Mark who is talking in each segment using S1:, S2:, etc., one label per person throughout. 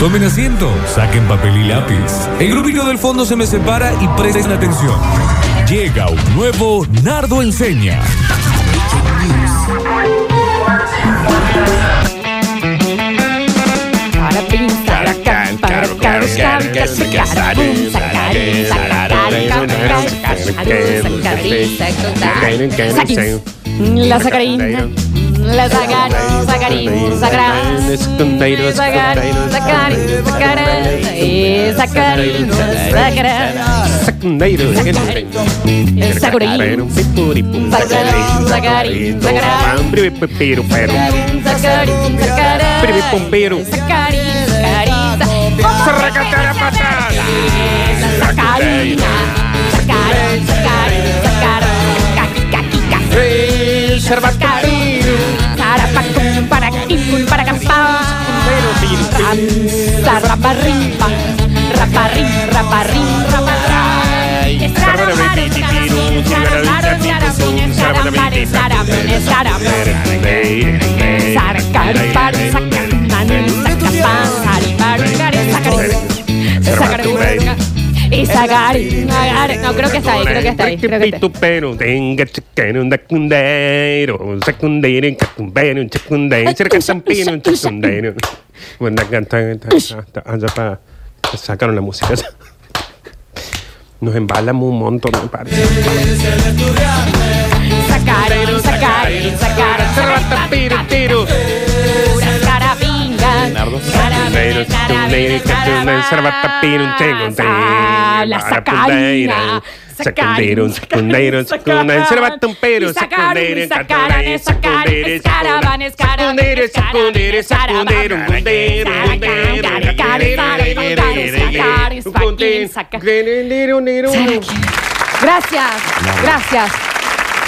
S1: Tomen asiento, saquen papel y lápiz. El grupito del fondo se me separa y presten atención. Llega un nuevo Nardo Enseña.
S2: La sacarina. La sacarina, sacarina, sacarina, sacarina, sacarina, sacarina, sacarina, sacarina, No, creo que está ahí, creo que está ahí. Creo que está ahí.
S3: Sacaron la música. Nos embalamos un montón, me parece.
S2: Sacarín, sacarín, sacarín, sacarín, carabinga, carabinga, carabinga, carabinga, Ah, la ah, sacarina, sacarín, sacarín, sacarín, y sacarín, y sacarán, sacarín, escaraban, escaraban, escaraban, escaraban, sacarín, sacarín, sacarín, sacarín, sacarín. Gracias, gracias.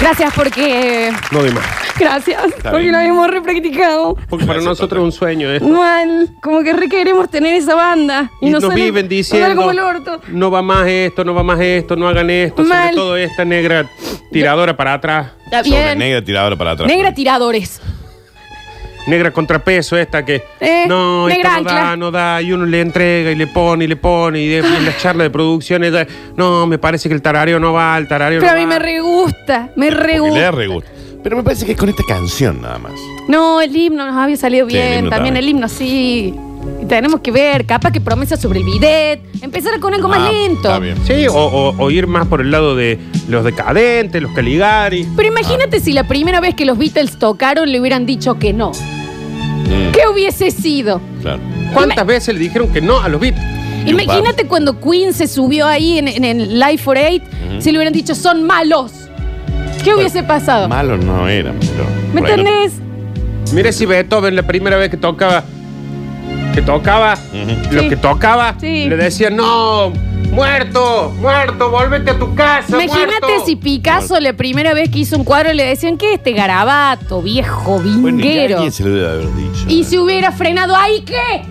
S2: Gracias porque.
S3: No de más.
S2: Gracias. porque
S4: bien.
S2: lo habíamos repracticado.
S3: Porque para
S4: Gracias,
S3: nosotros
S4: Tata.
S3: es un sueño
S2: Uh,
S3: esto.
S2: Mal, como que re queremos tener esa banda. Y,
S3: Y
S2: no
S3: nos
S2: sale-
S3: viven
S2: nos sale
S3: diciendo,
S2: como el orto.
S3: no va más esto, no va más esto, no hagan esto,
S2: Mal.
S3: sobre todo esta negra tiradora para atrás,
S2: Está
S4: Sobre
S2: bien.
S4: negra tiradora para atrás.
S2: Negra tiradores.
S3: negra contrapeso esta que
S2: Eh,
S3: no, esto
S2: negra
S3: no
S2: ancla.
S3: da, no da, y uno le entrega y le pone y le pone, y de- en la charla de producción ella, no, me parece que el tarareo no va, el tarareo
S2: Pero a
S3: no
S2: mí
S3: va.
S2: me re gusta, me re
S4: Porque le
S2: gusta.
S4: da re gusto. Pero me parece que es con esta canción nada más.
S2: No, el himno nos había salido
S4: Sí, el
S2: bien.
S4: himno
S2: también,
S4: también.
S2: el himno, sí. Y tenemos que ver, capaz que promesa sobre el bidet. Empezar con algo más
S4: Ah,
S2: lento.
S4: Está bien.
S3: Sí, o, o- o ir más por el lado de los decadentes, los caligari.
S2: Pero
S4: Ah.
S2: imagínate si la primera vez que los Beatles tocaron le hubieran dicho que no.
S4: Mm,
S2: ¿Qué hubiese sido?
S4: claro.
S3: ¿Cuántas veces le dijeron que no a los beats?
S4: Y un
S2: Imagínate cuando Queen se subió ahí en, en el Live for Eight, si le hubieran dicho son malos. ¿Qué hubiese pasado?
S4: Malos no eran, pero.
S2: ¿Me
S4: bueno.
S2: entendés?
S3: Mira si Beethoven la primera vez que tocaba, que tocaba,
S4: Ujú.
S3: lo
S2: Sí.
S3: que tocaba,
S2: Sí.
S3: le decían, no, muerto, muerto, volvete a tu casa.
S2: Imagínate
S3: muerto".
S2: si Picasso la primera vez que hizo un cuadro le decían que este garabato, viejo,
S4: Bueno, y
S2: vinguero.
S4: alguien se lo debe haber dicho.
S2: y se hubiera frenado ahí, ¿qué?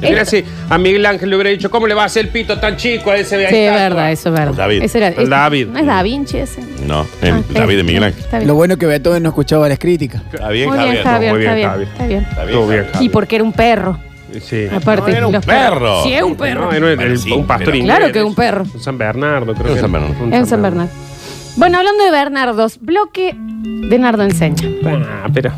S3: Mira
S2: eh,
S3: si a Miguel Ángel le hubiera dicho, ¿cómo le va a hacer el pito tan chico a ese de ahí
S2: Sí, es
S3: tanto?".
S2: verdad, eso es verdad.
S4: David.
S2: Ese era- es-
S3: David.
S2: No es Da Vinci ese.
S4: No, eh,
S2: Ah,
S4: David de Miguel Ángel.
S2: Está bien.
S5: Lo bueno que Beethoven no escuchaba las críticas.
S4: Está bien,
S2: Muy bien,
S4: Javier.
S2: Javier,
S3: muy bien,
S2: está bien,
S3: Javier.
S2: está bien.
S4: Está
S3: Todo bien.
S4: Javier.
S2: Y porque era un perro,
S3: Sí.
S2: aparte.
S4: No, era un
S2: los
S4: perro.
S2: perros. Sí, es un
S3: No,
S2: Ah, pues, perro.
S3: era el-
S4: Bueno,
S3: el-
S4: sí,
S3: un pastor
S4: pero-
S3: inglés.
S2: Claro que un perro.
S3: Un San Bernardo, creo que
S4: Un San
S3: era.
S4: Bernardo.
S3: Un
S2: En San Bernardo. Bueno, hablando de Bernardos, bloque de Nardo Enseña.
S3: Ah, espera.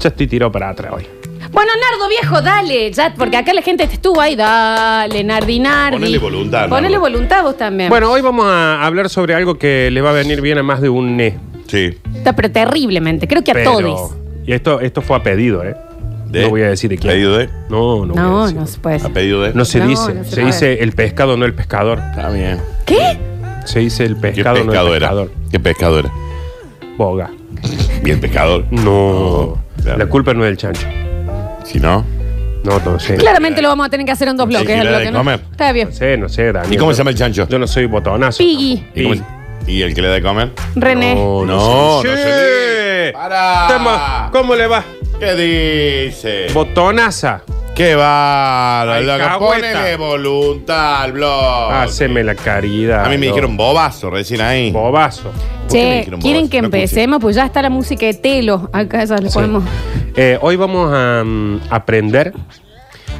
S3: Ya estoy tirado para atrás hoy.
S2: Bueno, Nardo, viejo, dale, ya, porque acá la gente te estuvo ahí, dale, Nardi, Nardi.
S4: Ponele voluntad,
S2: Ponele
S4: Nardo.
S2: voluntad vos también.
S3: Bueno, hoy vamos a hablar sobre algo que le va a venir bien a más de un ne.
S4: Sí.
S2: Está, pero terriblemente, creo que a todos.
S3: Y esto, esto fue a pedido, ¿eh?
S4: De-
S3: No voy a decir de quién.
S4: ¿Pedido de?
S3: No, no. voy a
S2: No,
S3: decir.
S2: no se puede.
S4: A pedido de.
S3: No se
S2: No,
S3: dice.
S2: no se
S3: se
S2: puede.
S3: dice el pescado, no el pescador.
S4: Está bien.
S2: ¿Qué?
S3: Se dice el
S4: ¿Qué
S3: pescado,
S4: pescado,
S3: no el
S4: era?
S3: pescador.
S4: ¿Qué pescado era?
S3: Boga.
S4: Bien pescador.
S3: Mm. No.
S4: claro.
S3: La culpa no es del chancho.
S4: Si no.
S3: No, no sé.
S2: Claramente lo vamos a tener que hacer en dos
S4: Sí,
S2: bloques.
S4: que
S2: el
S4: la de
S2: bloque, ¿no?
S4: comer.
S2: Está bien.
S3: No sé, no sé, Daniel.
S4: ¿Y cómo se
S3: Yo-
S4: llama el chancho?
S3: Yo no soy botonazo.
S2: Piggy.
S4: ¿Y,
S3: Y-
S4: cómo se- ¿Y el que le da de comer?
S2: René.
S3: No,
S4: No,
S3: se
S4: no
S3: dice.
S4: se dice.
S3: Sí.
S4: Pará.
S3: Tema, ¿Cómo le va?
S4: ¿Qué dice?
S3: Botonaza.
S4: ¿Qué va?
S3: Ay,
S4: loco?
S3: cagüeta. Ah,
S4: Ponele voluntad al blog.
S3: Haceme la caridad.
S4: A mí me
S3: no.
S4: dijeron bobazo recién ahí.
S3: Bobazo.
S4: qué me
S2: Che, ¿quieren
S4: dijeron vos?
S2: que
S4: No escuché.
S2: empecemos? Pues ya está la música de Telo. Acá ya le ponemos.
S3: Eh, hoy vamos a mm, aprender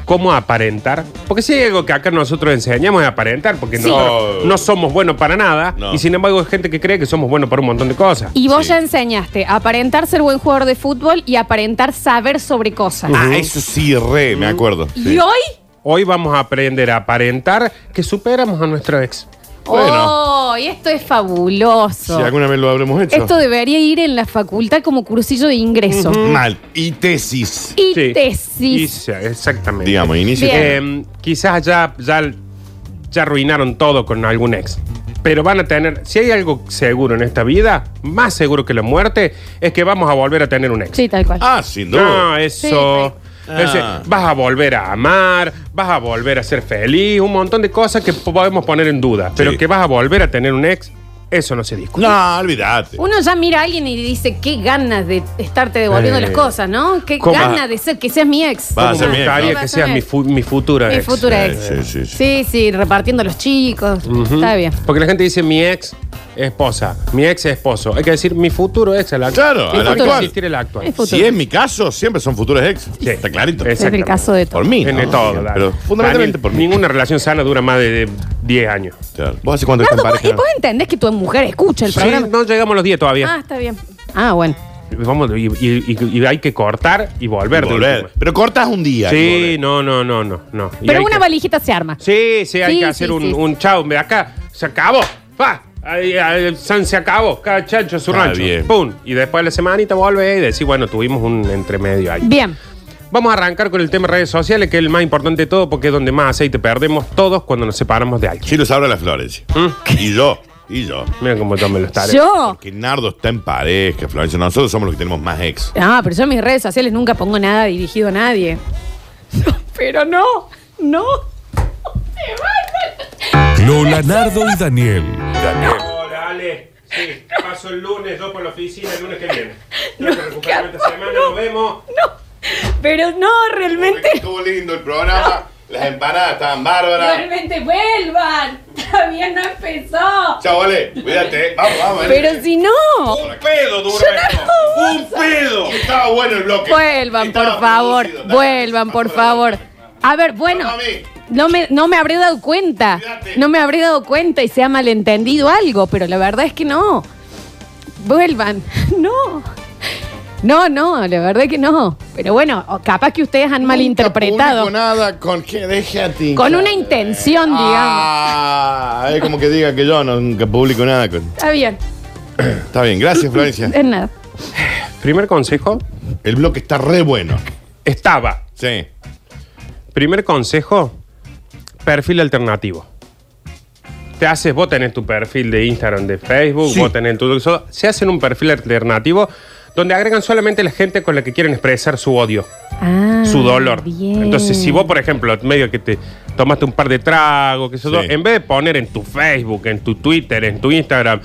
S3: cómo aparentar. Porque si hay algo que acá nosotros enseñamos es aparentar, porque
S2: Sí.
S3: nosotros no somos buenos para nada.
S4: No.
S3: Y sin embargo hay gente que cree que somos buenos para un montón de cosas.
S2: Y vos
S4: Sí.
S2: ya enseñaste a aparentar ser buen jugador de fútbol y aparentar saber sobre cosas.
S4: Ah, eso sí, re, me acuerdo.
S2: ¿Y
S4: Sí.
S2: hoy?
S3: Hoy vamos a aprender a aparentar que superamos a nuestro ex.
S4: Bueno.
S2: ¡Oh! Y esto es
S4: Si
S2: fabuloso.
S4: alguna vez lo habremos hecho.
S2: esto debería ir en la facultad como cursillo de ingreso.
S4: Mal. Y tesis.
S2: Y
S3: Sí. Y
S2: tesis.
S3: sí, exactamente.
S4: Digamos, inicio.
S2: Bien.
S3: Eh, quizás ya, ya, ya arruinaron todo con algún ex. Pero van a tener, si hay algo seguro en esta vida, más seguro que la muerte, es que vamos a volver a tener un ex.
S2: Sí, tal cual.
S4: Ah, sin
S3: No,
S4: duda.
S3: eso.
S4: Sí, sí.
S3: Ese,
S4: Ah.
S3: vas a volver a amar, vas a volver a ser feliz, un montón de cosas que po- podemos poner en duda. Pero que vas a volver a tener un ex, eso no se discute.
S4: No, olvídate.
S2: Uno ya mira a alguien y dice, qué ganas de estarte devolviendo
S3: Eh,
S2: las cosas, ¿no? Qué
S3: ¿cómo?
S2: ganas de ser, que seas mi ex.
S4: Va a
S3: ¿Cómo
S4: ser
S3: me
S4: mi ex,
S3: gustaría
S4: ¿no?
S3: que seas mi, fu- mi futura
S2: Mi
S3: ex?
S2: futura ex.
S4: Sí, sí, sí.
S2: Sí, sí, repartiendo a los chicos. Está bien.
S3: Porque la gente dice mi ex esposa, mi ex esposo. Hay que decir mi futuro ex, el actual.
S4: Claro,
S3: Sí,
S4: el
S3: no
S4: actual.
S3: puede existir el actual.
S2: Es futuro.
S4: Si es mi caso, siempre son futuros ex.
S3: Sí.
S4: Está clarito.
S3: Es-
S2: Es el
S3: Exactamente.
S2: caso de todo.
S4: Por mí.
S3: En
S4: ¿no?
S3: el todo, Dani.
S4: Pero fundamentalmente
S3: Daniel,
S4: por mí.
S3: Ninguna relación sana dura más de de 10 años.
S4: Claro. ¿Vos hace cuánto que
S2: Nardo,
S4: están
S2: vos, y
S4: pareja?
S2: vos entendés que tu mujer escucha el
S3: Sí,
S2: programa.
S3: no llegamos a los 10 todavía.
S2: Ah, está bien. Ah, bueno.
S3: Vamos, y, y- y- y hay que cortar y volver. de
S4: Volver.
S3: última.
S4: Pero cortas un día.
S3: Sí,
S4: y volver.
S3: no, no, no, no. no. Y
S2: Pero
S3: hay
S2: una
S3: que-
S2: valijita se arma.
S3: Sí, sí, hay
S2: Sí,
S3: que
S2: sí,
S3: hacer un,
S2: sí.
S3: un chau. Ve acá, se acabó. Pa. Ahí, ahí, San se acabó. Cada chancho su
S4: Está
S3: rancho.
S4: bien.
S3: Pum. Y después de la semanita vuelve y decís, bueno, tuvimos un entremedio ahí.
S2: Bien.
S3: Vamos a arrancar con el tema redes sociales, que es el más importante de todo, porque es donde más aceite perdemos todos cuando nos separamos de alguien.
S4: Sí, lo sabrá la Florencia.
S3: ¿Mm?
S4: Y yo. Y yo.
S3: Miren cómo yo me lo estaré.
S2: Yo.
S4: Porque Nardo está en pareja, Florencia. Nosotros somos los que tenemos más ex.
S2: No, Ah, pero yo en mis redes sociales nunca pongo nada dirigido a nadie. No, pero no. No.
S1: Lola, Nardo y Daniel.
S3: Hola, Ale. Sí, paso el lunes, yo por la oficina el lunes que viene. Tengo que recuperarme esta semana, nos vemos.
S2: Pero no, realmente.
S4: Estuvo lindo el programa. Las empanadas estaban bárbaras.
S2: Realmente vuelvan. Todavía no empezó.
S4: Chao, vale. Cuídate. Vamos, vamos.
S2: Pero si no.
S4: Un pedo duró
S2: Yo no
S4: esto. Un pedo. Estaba bueno el bloque.
S2: Vuelvan, por
S4: Estaba
S2: favor.
S4: producido. Dale,
S2: Vuelvan, por
S4: vamos, dale.
S2: favor. A ver, bueno.
S4: Vamos a mí.
S2: No me, no me habré dado cuenta.
S4: Cuídate.
S2: No me habré dado cuenta y se ha malentendido algo, pero la verdad es que no. Vuelvan. No. No, no, la verdad es que no. Pero bueno, o capaz que ustedes han malinterpretado.
S4: Con nada, con que deje a ti.
S2: Con una intención, digamos.
S4: Ah, es como que diga que yo nunca publico nada. con-
S2: Está bien,
S4: Está bien, gracias Florencia.
S2: es nada.
S3: Primer consejo,
S4: El bloque está re bueno.
S3: estaba.
S4: Sí.
S3: Primer consejo, perfil alternativo. Te haces, vos tenés tu perfil de Instagram, de Facebook,
S4: Sí.
S3: vos tenés tu... so- Se hacen un perfil alternativo donde agregan solamente la gente con la que quieren expresar su odio,
S2: Ah,
S3: su dolor.
S2: bien.
S3: Entonces, si vos, por ejemplo, medio que te tomaste un par de tragos, que eso,
S4: Sí.
S3: todo, en vez de poner en tu Facebook, en tu Twitter, en tu Instagram,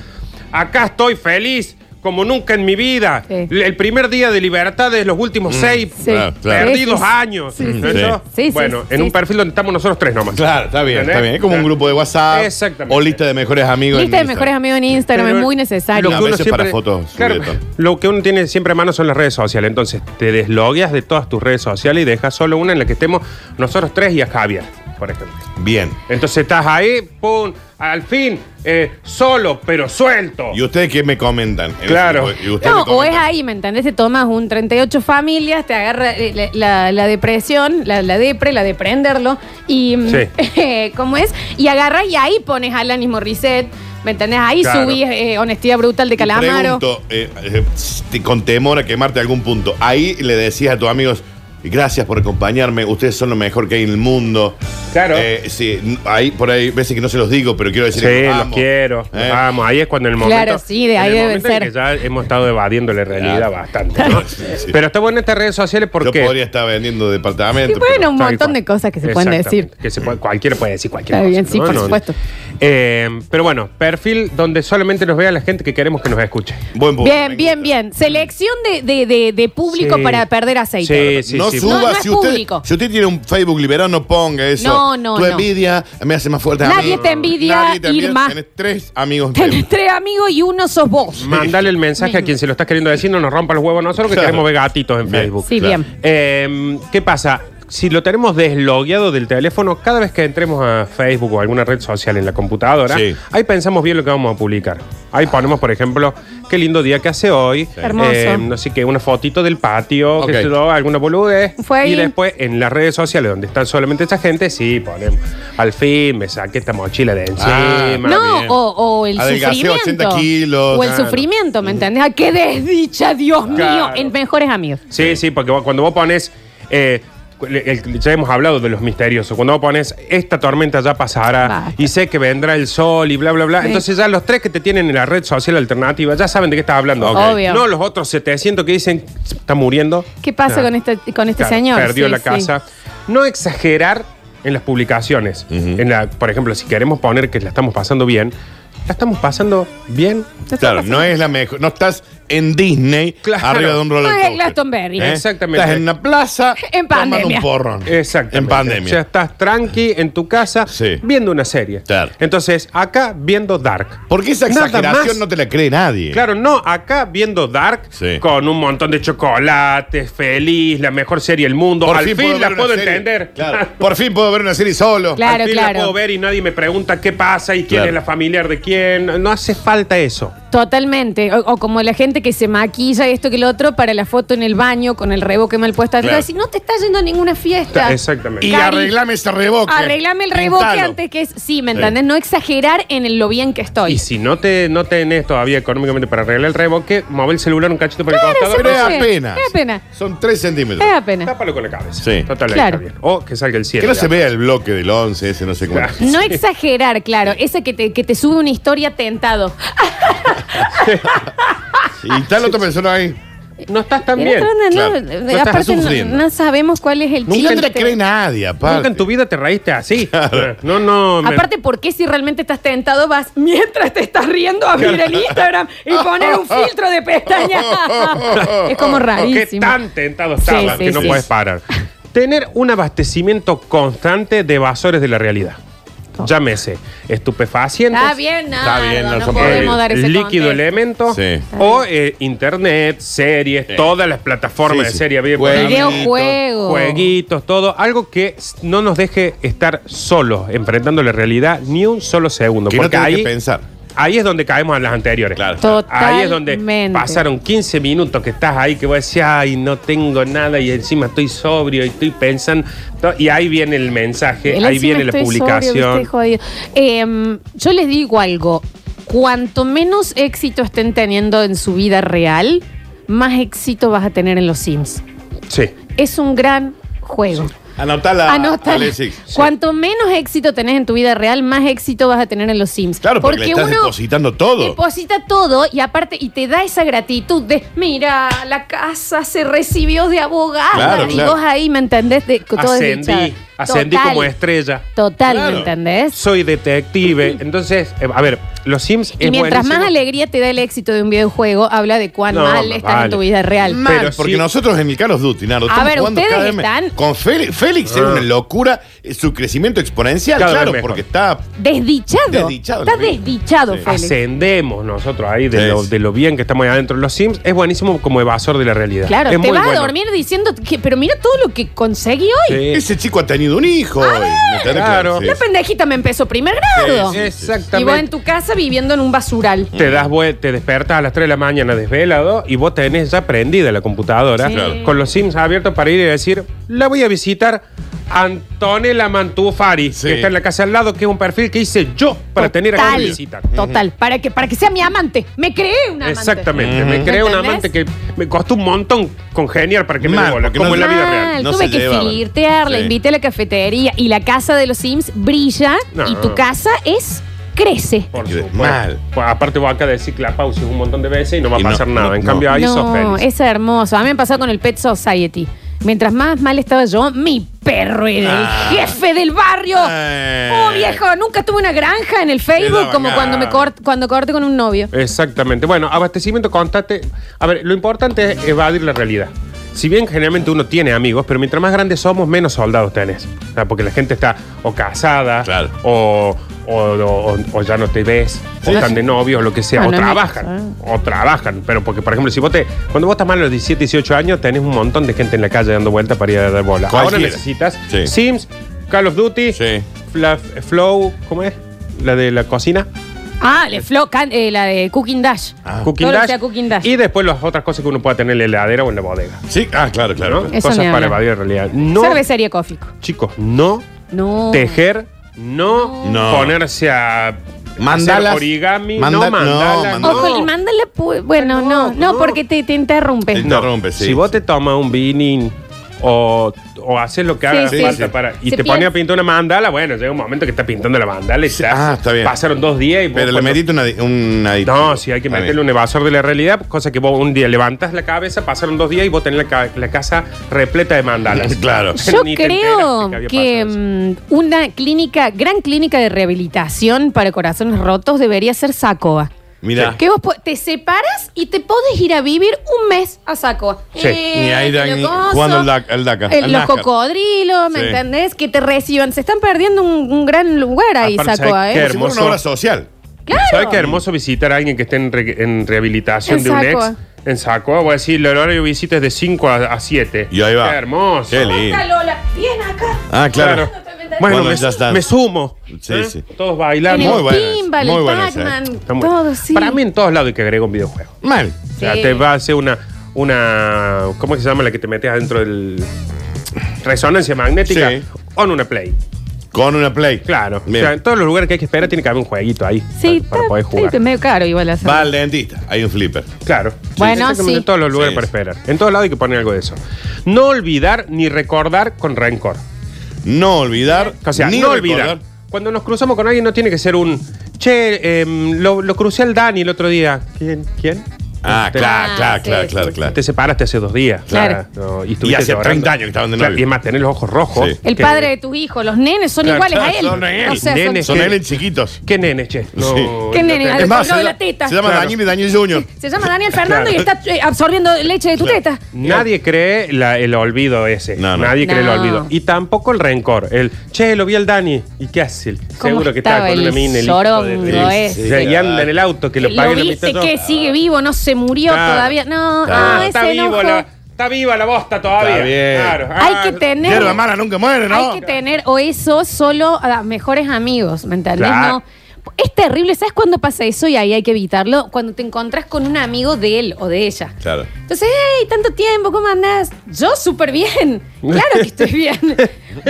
S3: acá estoy feliz como nunca en mi vida,
S2: Sí. Mm.
S3: el primer día de libertad de los últimos seis
S2: Sí.
S4: Claro, claro.
S2: Sí, sí,
S3: perdidos
S2: sí.
S3: años.
S2: Sí, sí,
S3: ¿no?
S4: sí.
S3: Eso,
S2: Sí, sí,
S3: bueno,
S2: sí,
S3: en
S2: sí.
S3: un perfil donde estamos nosotros tres nomás.
S4: Claro, está bien, está bien. Es como un grupo de WhatsApp.
S3: Exactamente.
S4: O lista de mejores amigos. en
S2: Lista de
S4: Instagram.
S2: mejores amigos en Instagram
S3: Pero
S2: es muy
S4: lo
S2: necesario.
S4: que- A veces para fotos,
S3: claro,
S4: sobre todo.
S3: lo que uno tiene siempre a mano son las redes sociales. Entonces, te deslogueas de todas tus redes sociales y dejas solo una en la que estemos nosotros tres y a Javier, por ejemplo.
S4: Bien.
S3: Entonces estás ahí, pum, al fin, eh, solo, pero suelto.
S4: ¿Y ustedes qué me comentan?
S3: Claro.
S4: ¿Y ustedes
S2: No,
S4: me
S2: o es
S4: comentan?
S2: ahí, ¿me entendés? Te tomas un 38 familias, te agarra eh, la, la- la depresión, la, la depre, la de prenderlo, y mm,
S3: Sí.
S2: ¿cómo es? Y agarras y ahí pones Alanis Morissette, ¿me entendés? Ahí
S3: Claro.
S2: subís eh, Honestidad Brutal de
S4: Te
S2: Calamaro.
S4: Pregunto, eh, eh, te- con temor a quemarte algún punto. Ahí le decías a tus amigos, gracias por acompañarme, ustedes son lo mejor que hay en el mundo.
S3: Claro.
S4: Eh, sí, n- ahí, por ahí, veces que no se los digo, pero quiero decir
S3: Sí, los quiero. Ah,
S4: Eh.
S3: Vamos, ahí es cuando en el momento.
S2: Claro, sí, de ahí
S3: en el
S2: debe
S3: momento en
S2: ser.
S3: que ya hemos estado evadiendo la realidad
S4: Claro.
S3: bastante. ¿no?
S4: Sí, sí.
S3: Pero está bueno estas redes sociales
S4: Yo
S3: porque.
S4: podría estar vendiendo departamentos.
S2: Y bueno, un
S3: Tal
S2: montón
S3: cual.
S2: de cosas que se pueden
S3: Exactamente.
S2: decir.
S3: Que se puede- cualquiera puede decir cualquier
S2: Está
S3: cosa.
S2: bien, sí, por supuesto.
S3: Eh, pero bueno, perfil donde solamente nos vea la gente que queremos que nos escuche.
S4: pero- Buen punto, me
S2: Bien, bien,
S4: gusta.
S2: bien. Selección de, de- de- de público
S3: Sí.
S2: para perder aceite.
S3: Sí, sí,
S4: no
S3: sí.
S4: suba,
S2: No, no es
S4: si, usted,
S2: público.
S4: si usted tiene un Facebook liberado, no ponga eso.
S2: No, no,
S4: Tu
S2: no.
S4: envidia me hace más fuerte. a
S2: Nadie
S4: mí.
S2: te envidia,
S4: Nadie te envidia.
S2: Irma.
S4: Tenés tres amigos. en
S2: Tenés
S4: Facebook.
S2: tres amigos y uno sos vos.
S3: Mándale el mensaje a quien se lo estás queriendo decir, no nos rompa los huevos a nosotros que
S4: Claro.
S3: queremos ver gatitos en
S4: Bien.
S3: Facebook.
S2: Sí,
S4: Claro.
S2: bien.
S3: Eh, ¿Qué pasa? si lo tenemos deslogueado del teléfono, cada vez que entremos a Facebook o alguna red social en la computadora,
S4: Sí.
S3: ahí pensamos bien lo que vamos a publicar. Ahí ponemos, por ejemplo, qué lindo día que hace hoy. em,
S2: Hermoso.
S3: así que una fotito del patio,
S4: Ok.
S3: que se dio alguna boludez.
S2: Fue ahí.
S3: y después en las redes sociales donde está solamente esta gente, sí, ponemos. Al fin me saqué esta mochila de
S4: Ah,
S3: encima.
S2: No,
S4: bien.
S2: o, o el
S4: Adelgacé
S2: sufrimiento.
S4: 80 kilos,
S2: o el
S4: claro.
S2: sufrimiento, ¿me entendés? ¡Ah, qué desdicha, Dios mío!
S3: Claro.
S2: En mejores amigos.
S3: Sí, sí, porque vos- cuando vos pones. eh, el- el- ya hemos hablado de los misteriosos. Cuando vos pones esta tormenta ya pasará
S2: Basta.
S3: y sé que vendrá el sol y bla, bla, bla.
S2: Sí.
S3: Entonces, ya los tres que te tienen en la red social alternativa ya saben de qué estás hablando.
S2: Ok. Obvio.
S3: No los otros 700 que dicen está muriendo.
S2: ¿Qué pasa
S3: Claro.
S2: con este, con este
S3: Claro,
S2: señor?
S3: Perdió
S2: Sí,
S3: la
S2: sí.
S3: casa. No exagerar en las publicaciones. en la, por ejemplo, si queremos poner que la estamos pasando bien, la estamos pasando bien.
S4: Claro, no es la mejor. No estás en Disney
S3: Claro.
S4: arriba de un roller
S2: No es
S4: coaster. ¿Eh?
S2: Glastonbury.
S3: Exactamente.
S4: Estás en una plaza
S2: En
S4: tomando
S2: pandemia.
S4: un porrón.
S3: Exactamente.
S4: En
S3: O sea,
S4: pandemia.
S3: estás tranqui en tu casa
S4: Sí.
S3: viendo una serie.
S4: Claro.
S3: Entonces, acá viendo Dark.
S4: Porque esa
S3: Nada
S4: exageración
S3: más.
S4: no te la cree nadie.
S3: Claro, no, acá viendo Dark
S4: Sí.
S3: con un montón de chocolates, feliz, la mejor serie del mundo. Al fin,
S4: ver
S3: la
S4: una
S3: puedo
S4: serie.
S3: entender.
S4: Claro. Por fin puedo ver una serie solo.
S2: Claro.
S3: Al fin la puedo ver y nadie me pregunta qué pasa y quién
S4: Claro.
S3: es la familiar de quién. No hace falta eso.
S2: Totalmente. O, o como la gente que se maquilla esto que lo otro para la foto en el baño con el reboque mal puesto. arriba.
S4: Claro.
S2: Si no te estás yendo a ninguna fiesta.
S3: Exactamente.
S4: Y
S2: Cari-
S4: arreglame ese reboque.
S2: Arreglame el reboque
S4: Pintalo.
S2: antes que es. Sí, ¿me entendés? No exagerar en el lo bien que estoy.
S3: Y si no te no tenés todavía económicamente para arreglar el reboque, mueve el celular un cachito para
S2: Claro,
S3: el costado.
S2: se
S4: Pero es
S2: puede.
S4: apenas.
S2: Es apenas.
S4: Son 3 centímetros.
S2: Es apenas.
S3: Tápalo con la cabeza.
S4: Sí.
S3: Total, ahí
S2: Claro.
S3: está bien. O que salga el cielo.
S4: Que no
S3: ya.
S4: se vea el bloque del 11, ese no sé cómo.
S3: Claro.
S2: No exagerar, claro. Esa que te, que te sube una historia tentado.
S4: Y está la otra persona ahí.
S3: No estás tan
S2: Pero
S3: bien.
S2: otra onda,
S4: claro.
S2: no,
S4: No estás
S2: aparte no-
S4: sufriendo.
S2: no, sabemos cuál es el
S4: Nunca
S2: chiste.
S4: te la cree nadie, aparte.
S3: Nunca en tu vida te reíste así. No, no. me-
S2: Aparte, ¿por qué si realmente estás tentado vas mientras te estás riendo a abrir el Instagram y poner un filtro de pestaña? es como
S3: Oh, Qué
S2: rarísimo.
S3: tan tentado
S2: Sí,
S3: estabas
S2: sí,
S3: que no
S2: sí.
S3: puedes parar. Tener un abastecimiento constante de evasores de la realidad. Llámese estupefacientes.
S2: Oh.
S3: eh,
S2: Está bien, no,
S4: Está bien, no
S2: no
S4: son
S2: podemos
S4: problemas.
S2: dar ese
S3: líquido
S2: contexto.
S3: elemento
S4: Sí.
S3: o eh, internet, series,
S4: Sí.
S3: todas las plataformas
S4: Sí,
S3: de
S4: sí.
S3: serie había por ahí.
S4: Jueguitos,
S2: Videojuegos.
S3: jueguitos, todo, algo que s- no nos deje estar solos enfrentando la realidad ni un solo segundo.
S4: Que no
S3: porque
S4: tenés
S3: ahí,
S4: que pensar.
S3: ahí es donde caemos a las anteriores.
S4: Claro.
S3: Ahí es donde
S2: Totalmente.
S3: pasaron 15 minutos que estás ahí, que vos decís, ay, no tengo nada y encima estoy sobrio y estoy pensando. to- Y ahí viene el mensaje,
S2: El
S3: ahí
S2: encima
S3: viene la
S2: estoy sobrio,
S3: publicación.
S2: viste, jodido. Eh, yo les digo algo. Cuanto menos éxito estén teniendo en su vida real, más éxito vas a tener en los Sims.
S3: sí.
S2: Es un gran juego.
S4: Anotala.
S2: Anota.
S4: Alexis.
S2: Cuanto menos éxito tenés en tu vida real, más éxito vas a tener en los Sims.
S4: Claro, porque, le estás depositando todo.
S2: deposita todo y aparte y te da esa gratitud de mira la casa se recibió de abogada
S4: Claro,
S2: y
S4: claro.
S2: vos ahí me entendés de con todo
S3: Ascendí,
S2: desdichado.
S3: ascendí
S2: Total,
S3: como estrella.
S2: total
S4: Claro.
S2: me entendés
S3: Soy detective. Entonces, eh, a ver, los Sims
S2: Y
S3: es
S2: mientras
S3: buenísimo.
S2: más alegría te da el éxito de un videojuego, habla de cuán
S3: No,
S2: mal
S3: más
S2: estás en
S3: vale.
S2: tu vida real.
S4: Mal,
S3: Pero
S4: porque
S3: sí.
S4: nosotros en el Carlos Duty, Nardo,
S2: A
S4: estamos
S2: ver,
S4: jugando
S2: ustedes
S4: cada vez me-
S2: están-
S4: Con Félix, Félix es una locura eh, su crecimiento exponencial,
S3: Ah. Cada vez
S4: claro,
S3: mejor.
S4: porque está...
S2: Desdichado.
S4: Desdichado,
S2: Estás
S4: lo mismo.
S2: desdichado,
S4: Sí.
S2: Félix.
S3: ascendemos nosotros ahí de,
S4: Sí,
S3: lo,
S4: sí.
S3: de lo bien que estamos ahí adentro de los Sims, es buenísimo como evasor de la realidad.
S2: Claro,
S3: es
S2: te
S3: muy
S2: vas
S3: bueno.
S2: a dormir diciendo que, pero mira todo lo que conseguí hoy.
S3: Sí. Ah,
S4: Ese chico ha tenido un hijo. hoy, ¿me entendés?
S3: claro.
S4: Sí,
S2: La
S4: sí.
S2: pendejita me empezó primer grado.
S4: Sí,
S2: Y vos
S4: sí, sí.
S2: en
S3: Exactamente.
S2: tu casa viviendo en un basural.
S3: Te das vue- te despertas a las 3 de la mañana desvelado y vos tenés ya prendida la computadora
S2: Sí. Claro.
S3: con los Sims abiertos para ir y decir, la voy a visitar Antonella Mantufari,
S4: Sí.
S3: que está en la casa al lado, que es un perfil que hice yo para tener acá
S2: Total,
S3: una visita.
S2: Total. Para que, para que sea mi amante. Me creé una amante.
S3: Exactamente,
S4: Ujú.
S3: me creé un
S2: ¿Entendés?
S3: amante que me costó un montón congeniar para que me
S4: Mal,
S3: dé bola,
S4: porque
S3: como
S4: no-
S3: en la vida
S2: Mal,
S3: real.
S4: No
S2: tuve
S4: se
S2: que
S4: llevaban.
S2: flirtear, la
S4: Sí.
S2: invité a la cafetería y la casa de los Sims brilla
S3: No.
S2: y tu casa es crece.
S3: Por
S4: Que de-
S3: supuesto.
S4: mal.
S3: Pues, aparte vos acá decís que la pausa es un montón de veces y no va
S4: Y
S3: a
S4: no,
S3: pasar nada.
S4: no,
S3: en
S4: no.
S3: cambio ahí sos
S2: No,
S3: feliz.
S2: es hermoso. A mí me pasó con el Pet Society. Mientras más mal estaba yo, mi perro era
S4: Ah.
S2: el jefe del barrio.
S4: Eh.
S2: Oh, viejo, nunca tuve una granja en el Facebook
S4: daba
S2: como
S4: ganas.
S2: cuando me cort- cuando corté con un novio.
S3: Exactamente. Bueno, abastecimiento constante. A ver, lo importante es evadir la realidad. Si bien generalmente uno tiene amigos, pero mientras más grandes somos, menos soldados tenés. O sea, porque la gente está o casada,
S4: Claro.
S3: o, o, o- o- o ya no te ves,
S4: Sí.
S3: o están de novio, o lo que sea,
S2: Ah, no
S3: o
S2: me
S3: trabajan, o trabajan. Pero porque, por ejemplo, si vos te, cuando vos estás mal a los 17, 18 años, tenés un montón de gente en la calle dando vueltas para ir a dar bola. Ahora
S4: Cualquiera.
S3: necesitas
S4: Sí.
S3: Sims, Call of Duty,
S4: Sí.
S3: Fla- Flow, ¿cómo es? La de la cocina.
S2: Ah, le flo- can- eh, la de Cooking Dash.
S4: Ah.
S3: Cooking,
S2: Todo lo que
S3: Dash,
S2: sea Cooking Dash.
S3: Y después las otras cosas que uno pueda tener en la heladera o en la bodega.
S4: Sí, ah, claro,
S3: Claro,
S4: claro.
S2: Eso
S3: cosas
S2: ni
S3: para
S2: hablar.
S3: evadir realidad. No,
S2: Cervecería Cófico.
S3: chicos, no
S2: No.
S3: tejer, no,
S4: No.
S3: ponerse a
S4: Mandalas.
S3: hacer origami,
S4: Manda-
S3: no mandala,
S4: no,
S3: no.
S2: Ojo, y mándale. pu- Bueno, no, no,
S3: no.
S2: porque te, te interrumpe.
S4: El-
S3: No.
S4: Interrumpe, sí.
S3: Si vos te tomas un vinín o, o haces lo que
S2: Sí,
S3: haga
S2: sí.
S3: falta
S4: Sí, sí.
S3: para. Y
S2: Se
S3: te pones a
S2: piensa-
S3: pintar una mandala, bueno, llega un momento que está pintando la mandala y
S4: Sí,
S3: ya
S4: ah, está bien.
S3: pasaron dos días y vos
S4: Pero le
S3: cuando-
S4: metiste una, un aditivo.
S3: No, si hay que
S4: Está bien.
S3: meterle un evasor de la realidad, cosa que vos un día levantas la cabeza, pasaron dos días y vos tenés la, ca- la casa repleta de mandalas.
S4: Claro.
S2: Yo
S3: Ni te
S2: creo
S3: enteraste
S2: que,
S3: había pasado eso.
S2: mm, una clínica, gran clínica de rehabilitación para corazones rotos debería ser Sacoa.
S4: Mira.
S2: Que vos po- te separas y te podés ir a vivir un mes a Eh, Sacoa.
S3: Sí.
S4: Ni ahí
S2: te
S4: dan-
S2: lo gozo.
S4: jugando al Dac- al Dakar,
S2: El-
S4: al
S2: los
S4: Dakar.
S2: cocodrilos, ¿me
S4: Sí.
S2: entendés? Que te reciban. Se están perdiendo un, un gran lugar ahí,
S3: Aparte,
S2: Sacoa,
S3: ¿sabes qué
S2: ¿eh?
S4: Si fuera una obra social.
S2: Claro.
S3: ¿Sabes qué hermoso visitar a alguien que esté en, re- en rehabilitación
S2: En
S3: de un
S2: Sacoa.
S3: ex? En Sacoa, voy a decir, el horario de visita es de 5 a 7.
S4: Y ahí va.
S3: Qué hermoso.
S4: Qué lindo.
S2: Basta, Lola. Bien acá.
S4: Ah,
S3: Claro.
S4: claro.
S3: Bueno,
S4: Bueno, ya
S3: me,
S4: está.
S3: me sumo. ¿Eh?
S4: Sí, sí.
S3: Todos
S2: En
S3: bailando.
S4: Muy
S2: el
S4: buena esa,
S2: timbal,
S4: muy
S2: el
S4: buena esa, eh.
S2: Pac-Man,
S3: Está muy-
S2: todo, sí.
S3: Para mí en todos lados hay que agregar un videojuego.
S4: Mal.
S3: O sea,
S2: Sí.
S3: te va a hacer una, una. ¿Cómo se llama la que te metes adentro del. Resonancia magnética?
S4: Sí.
S3: On una play.
S4: Con una play.
S3: Claro.
S4: Bien.
S3: O sea, en todos los lugares que hay que esperar tiene que haber un jueguito ahí.
S2: Sí,
S3: para, para
S2: está-
S3: poder jugar.
S2: sí, medio caro igual hacer.
S4: Va al dentista. Hay un flipper.
S3: Claro.
S2: Bueno,
S3: exactamente,
S2: sí.
S3: En todos los lugares
S4: Sí.
S3: para esperar. En todos lados hay que poner algo de eso. No olvidar ni recordar con rencor.
S4: No olvidar.
S3: O sea,
S4: ni
S3: no
S4: recordar.
S3: olvidar. Cuando nos cruzamos con alguien no tiene que ser un. Che, em, lo, lo crucé al Dani el otro día. ¿Quién? ¿Quién?
S4: Ah,
S3: Este,
S4: claro,
S2: Ah,
S4: claro,
S2: sí,
S4: claro,
S2: sí,
S4: claro,
S2: sí.
S4: claro.
S3: Te separaste hace dos días.
S2: Claro.
S3: No, y estuviste
S4: Y hace
S3: llorando.
S4: 30 años que estaban de
S3: Claro,
S4: novio.
S3: Y además, tenés los ojos rojos.
S4: Sí.
S2: El
S3: Que-
S2: padre de tus hijos, los nenes son
S3: Claro,
S2: iguales a
S3: claro,
S2: él.
S4: son él.
S2: O sea, son-
S3: Nenes.
S4: Son
S3: Sí.
S4: nenes chiquitos.
S3: ¿Qué nene, che? No,
S4: Sí.
S2: ¿Qué nene?
S3: no te-
S2: Al-
S4: Es más,
S2: No,
S4: se,
S2: la
S4: llama-
S2: teta.
S4: se llama
S3: Claro.
S4: Daniel y Daniel Junior.
S2: Se llama Daniel Fernando
S3: Claro.
S2: y está eh, absorbiendo leche de tu teta.
S3: Nadie cree la- el olvido ese.
S4: No, no.
S3: Nadie cree el
S2: No.
S3: olvido. Y tampoco el rencor. El, che, lo vi al Dani. ¿Y qué hace?
S2: ¿Cómo
S3: Seguro que está
S2: estaba
S3: con
S2: el
S3: una mina. el hijo de-
S2: sorongo
S3: Sí,
S2: ese?
S3: sí. Ya, Y anda en el auto, que lo
S2: Lo
S3: pague la mitad.
S2: viste
S3: todo.
S2: que sigue vivo, no se murió
S3: Claro.
S2: todavía. No,
S4: Claro.
S2: no,
S3: Ah, está
S2: ese
S3: vivo
S2: enojo.
S3: la, está viva la bosta todavía.
S4: Está bien.
S3: Claro. Ah,
S2: Hay que tener.
S4: Hierba mala nunca muere, ¿no?
S2: Hay que tener o eso solo a mejores amigos, ¿me entendés?
S3: Claro.
S2: No. Es terrible, ¿sabes cuándo pasa eso? Y ahí hay que evitarlo. Cuando te encontrás con un amigo de él o de ella.
S4: Claro.
S2: Entonces, hey, tanto tiempo, ¿cómo andás? Yo súper bien. Claro que estoy bien.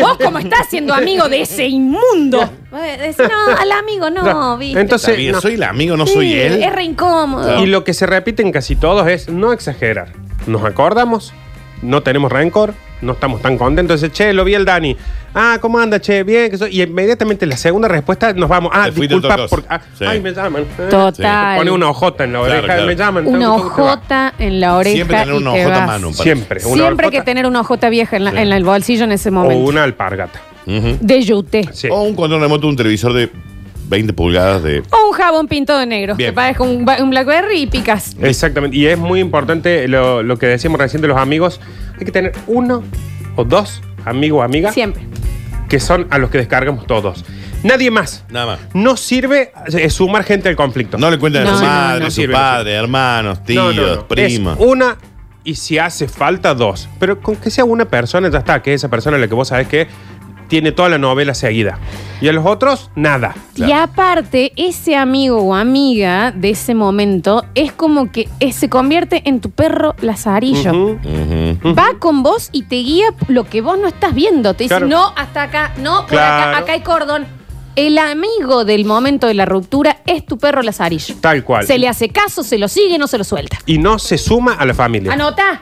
S2: Vos, ¿cómo estás siendo amigo de ese inmundo? Vos decís, no, al amigo no,
S3: No,
S2: viste.
S3: entonces-
S4: Está bien,
S3: no.
S4: Soy el amigo, no
S2: Sí,
S4: soy él.
S2: Es re incómodo.
S4: Ah.
S3: Y lo que se repite en casi todos es no exagerar. Nos acordamos, no tenemos rencor, no estamos tan contentos. Dice, che, lo vi el Dani. Ah, ¿cómo anda, che? Bien. que soy-". Y inmediatamente la segunda respuesta nos vamos. Ah,
S4: Te fuiste a otra
S3: disculpa,
S4: cosa.
S3: porque. ah,
S4: Sí.
S3: Ay, me llaman. Ah,
S2: Total.
S3: Pone una hojota en la
S4: Claro,
S3: oreja.
S4: claro.
S3: Me llaman.
S2: Una
S3: tengo que- te va.
S2: hojota en la oreja.
S4: Siempre tener
S2: y
S4: una
S2: te
S4: hojota a
S2: vas.
S4: mano.
S3: Siempre. una
S2: Siempre
S3: hojota
S2: que tener una hojota vieja en, la- en el bolsillo en ese
S3: O
S2: momento.
S3: una alpargata.
S4: Ujú.
S2: De yute.
S3: Sí.
S4: O un control remoto, un televisor de 20 pulgadas de.
S2: O un jabón pintado de negro.
S4: Bien.
S2: Que parezca un, ba- un Blackberry y picas.
S3: Exactamente. Y es muy importante lo, lo que decíamos recién de los amigos. Hay que tener uno o dos amigos o amigas
S2: Siempre.
S3: que son a los que descargamos todos. Nadie más.
S4: Nada más.
S3: No sirve eh, sumar gente al conflicto.
S4: No le cuentan
S2: No,
S4: a su
S2: no,
S4: madre,
S3: no, no
S4: su
S3: sirve.
S4: padre, hermanos, tíos,
S3: No, no, no.
S4: primas.
S3: Es una y si hace falta dos. Pero con que sea una persona ya está, que es esa persona la que vos sabés que tiene toda la novela seguida. Y a los otros, nada.
S2: Y aparte, ese amigo o amiga de ese momento es como que eh, se convierte en tu perro lazarillo.
S3: Ujú.
S4: Ujú.
S2: Va con vos y te guía lo que vos no estás viendo. Te dice,
S3: Claro.
S2: no, hasta acá, no, por
S3: Claro.
S2: acá, acá hay cordón. El amigo del momento de la ruptura es tu perro lazarillo.
S3: Tal cual.
S2: Se le hace caso, se lo sigue, no se lo suelta.
S3: Y no se suma a la
S2: Ah,
S3: familia.
S2: Anota.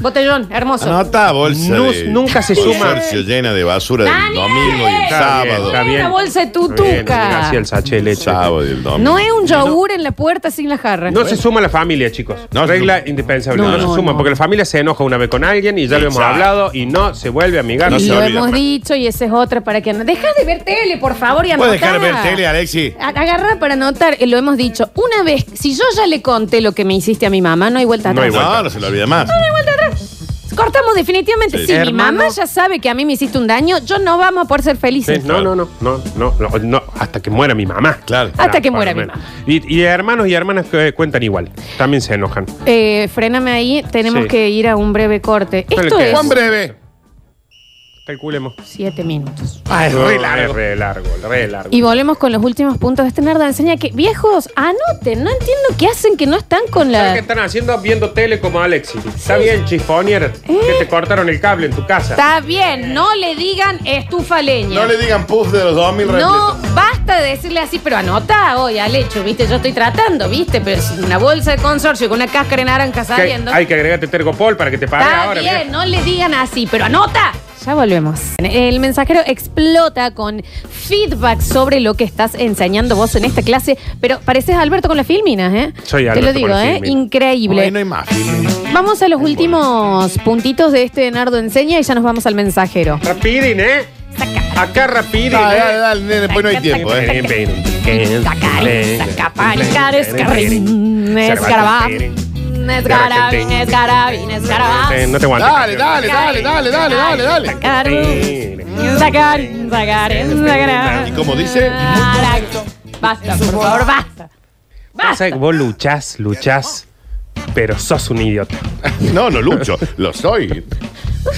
S2: Botellón, hermoso.
S4: Anota bolsa.
S3: Nu-
S4: de-
S3: nunca se
S4: bolsa
S3: suma.
S4: de llena de basura del
S2: Daniel.
S4: domingo y el
S3: Está bien,
S4: sábado.
S3: está bien.
S2: Una bolsa de
S3: Está bien,
S2: tutuca.
S3: así el sachet de
S4: El
S3: leche.
S4: sábado y el domingo.
S2: No es un yogur en la puerta sin la jarra.
S3: No se suma a la familia, chicos.
S4: No se
S3: Regla
S4: suma.
S3: indispensable. No,
S2: No,
S3: se
S2: no,
S3: suma
S2: no.
S3: porque la familia se enoja una vez con alguien y ya lo hemos
S4: Exacto.
S3: hablado y no se vuelve a amigar.
S4: No
S2: y
S4: se
S2: lo
S4: olvida,
S2: hemos
S4: Fran.
S2: dicho y esa es otra para que anote. Deja de ver tele, por favor, y anotá.
S4: ¿Puedes dejar ver tele, Alexi?
S2: A- Agarra para anotar, eh, lo hemos dicho. Una vez, si yo ya le conté lo que me hiciste a mi mamá, no hay vuelta
S3: No
S2: atrás.
S3: hay
S4: No, no se lo olvida más.
S2: Cortamos definitivamente.
S4: Sí.
S2: Si mi
S3: Hermano.
S2: mamá ya sabe que a mí me hiciste un daño, yo no vamos a poder ser felices.
S3: Sí, no, no, no, no, no, no, no, hasta que muera mi mamá.
S4: Claro.
S2: Hasta
S3: Para-
S2: que muera
S3: para-
S2: mi mamá.
S3: Y, y hermanos y hermanas que cuentan igual, también se enojan.
S2: Eh, fréname ahí, tenemos
S3: Sí.
S2: que ir a un breve corte.
S3: Dale,
S2: Esto
S3: que-
S2: es
S4: Juan breve.
S3: Calculemos.
S2: siete minutos.
S4: Ah, es re
S3: No,
S4: largo.
S3: Es re largo, re largo.
S2: Y volvemos con los últimos puntos de este Nardo Enseña que, viejos, anoten, no entiendo qué hacen que no están con
S3: ¿Sabes qué
S2: la...
S3: están haciendo? Viendo tele como Alexis. Está bien, chifonier, que te cortaron el cable en tu casa.
S2: Está bien, no le digan estufa leña.
S4: No le digan puff de los 2000
S2: No,
S4: repletos.
S2: basta de decirle así, pero anota hoy al hecho, ¿viste? Yo estoy tratando, ¿viste? Pero es una bolsa de consorcio con una cáscara de naranja
S3: Que hay,
S2: saliendo.
S3: hay que agregarte Tergopol para que te pague
S2: Está
S3: ahora.
S2: bien,
S3: mira.
S2: no le digan así, pero anota. Ya volvemos. El mensajero explota con feedback sobre lo que estás enseñando vos en esta clase, pero pareces Alberto con las filminas, ¿eh?
S3: Soy
S2: Te lo
S3: Alberto
S2: digo,
S3: con las
S2: ¿eh?
S3: filminas.
S2: Increíble.
S4: Ay, no hay más. Filmin.
S2: Vamos a los últimos puntitos de este Nardo Enseña y ya nos vamos al mensajero.
S3: Rapidin, ¿eh? Acá rapidin.
S4: Dale,
S3: ¿eh?
S4: dale, dale, nene, pues no hay tiempo, ¿eh?
S2: Sacari, sacapari, escarrín, escarabá, escarabín, escarabín, escarabá,
S3: No te aguantes.
S4: Dale, dale, dale, dale, dale, dale, dale.
S2: sacarín, sacarín, sacarín, sacarín.
S4: Y como dice,
S2: Basta, por favor, basta.
S3: Pasa que vos luchás, luchás, pero sos un idiota.
S4: no, no lucho, lo soy.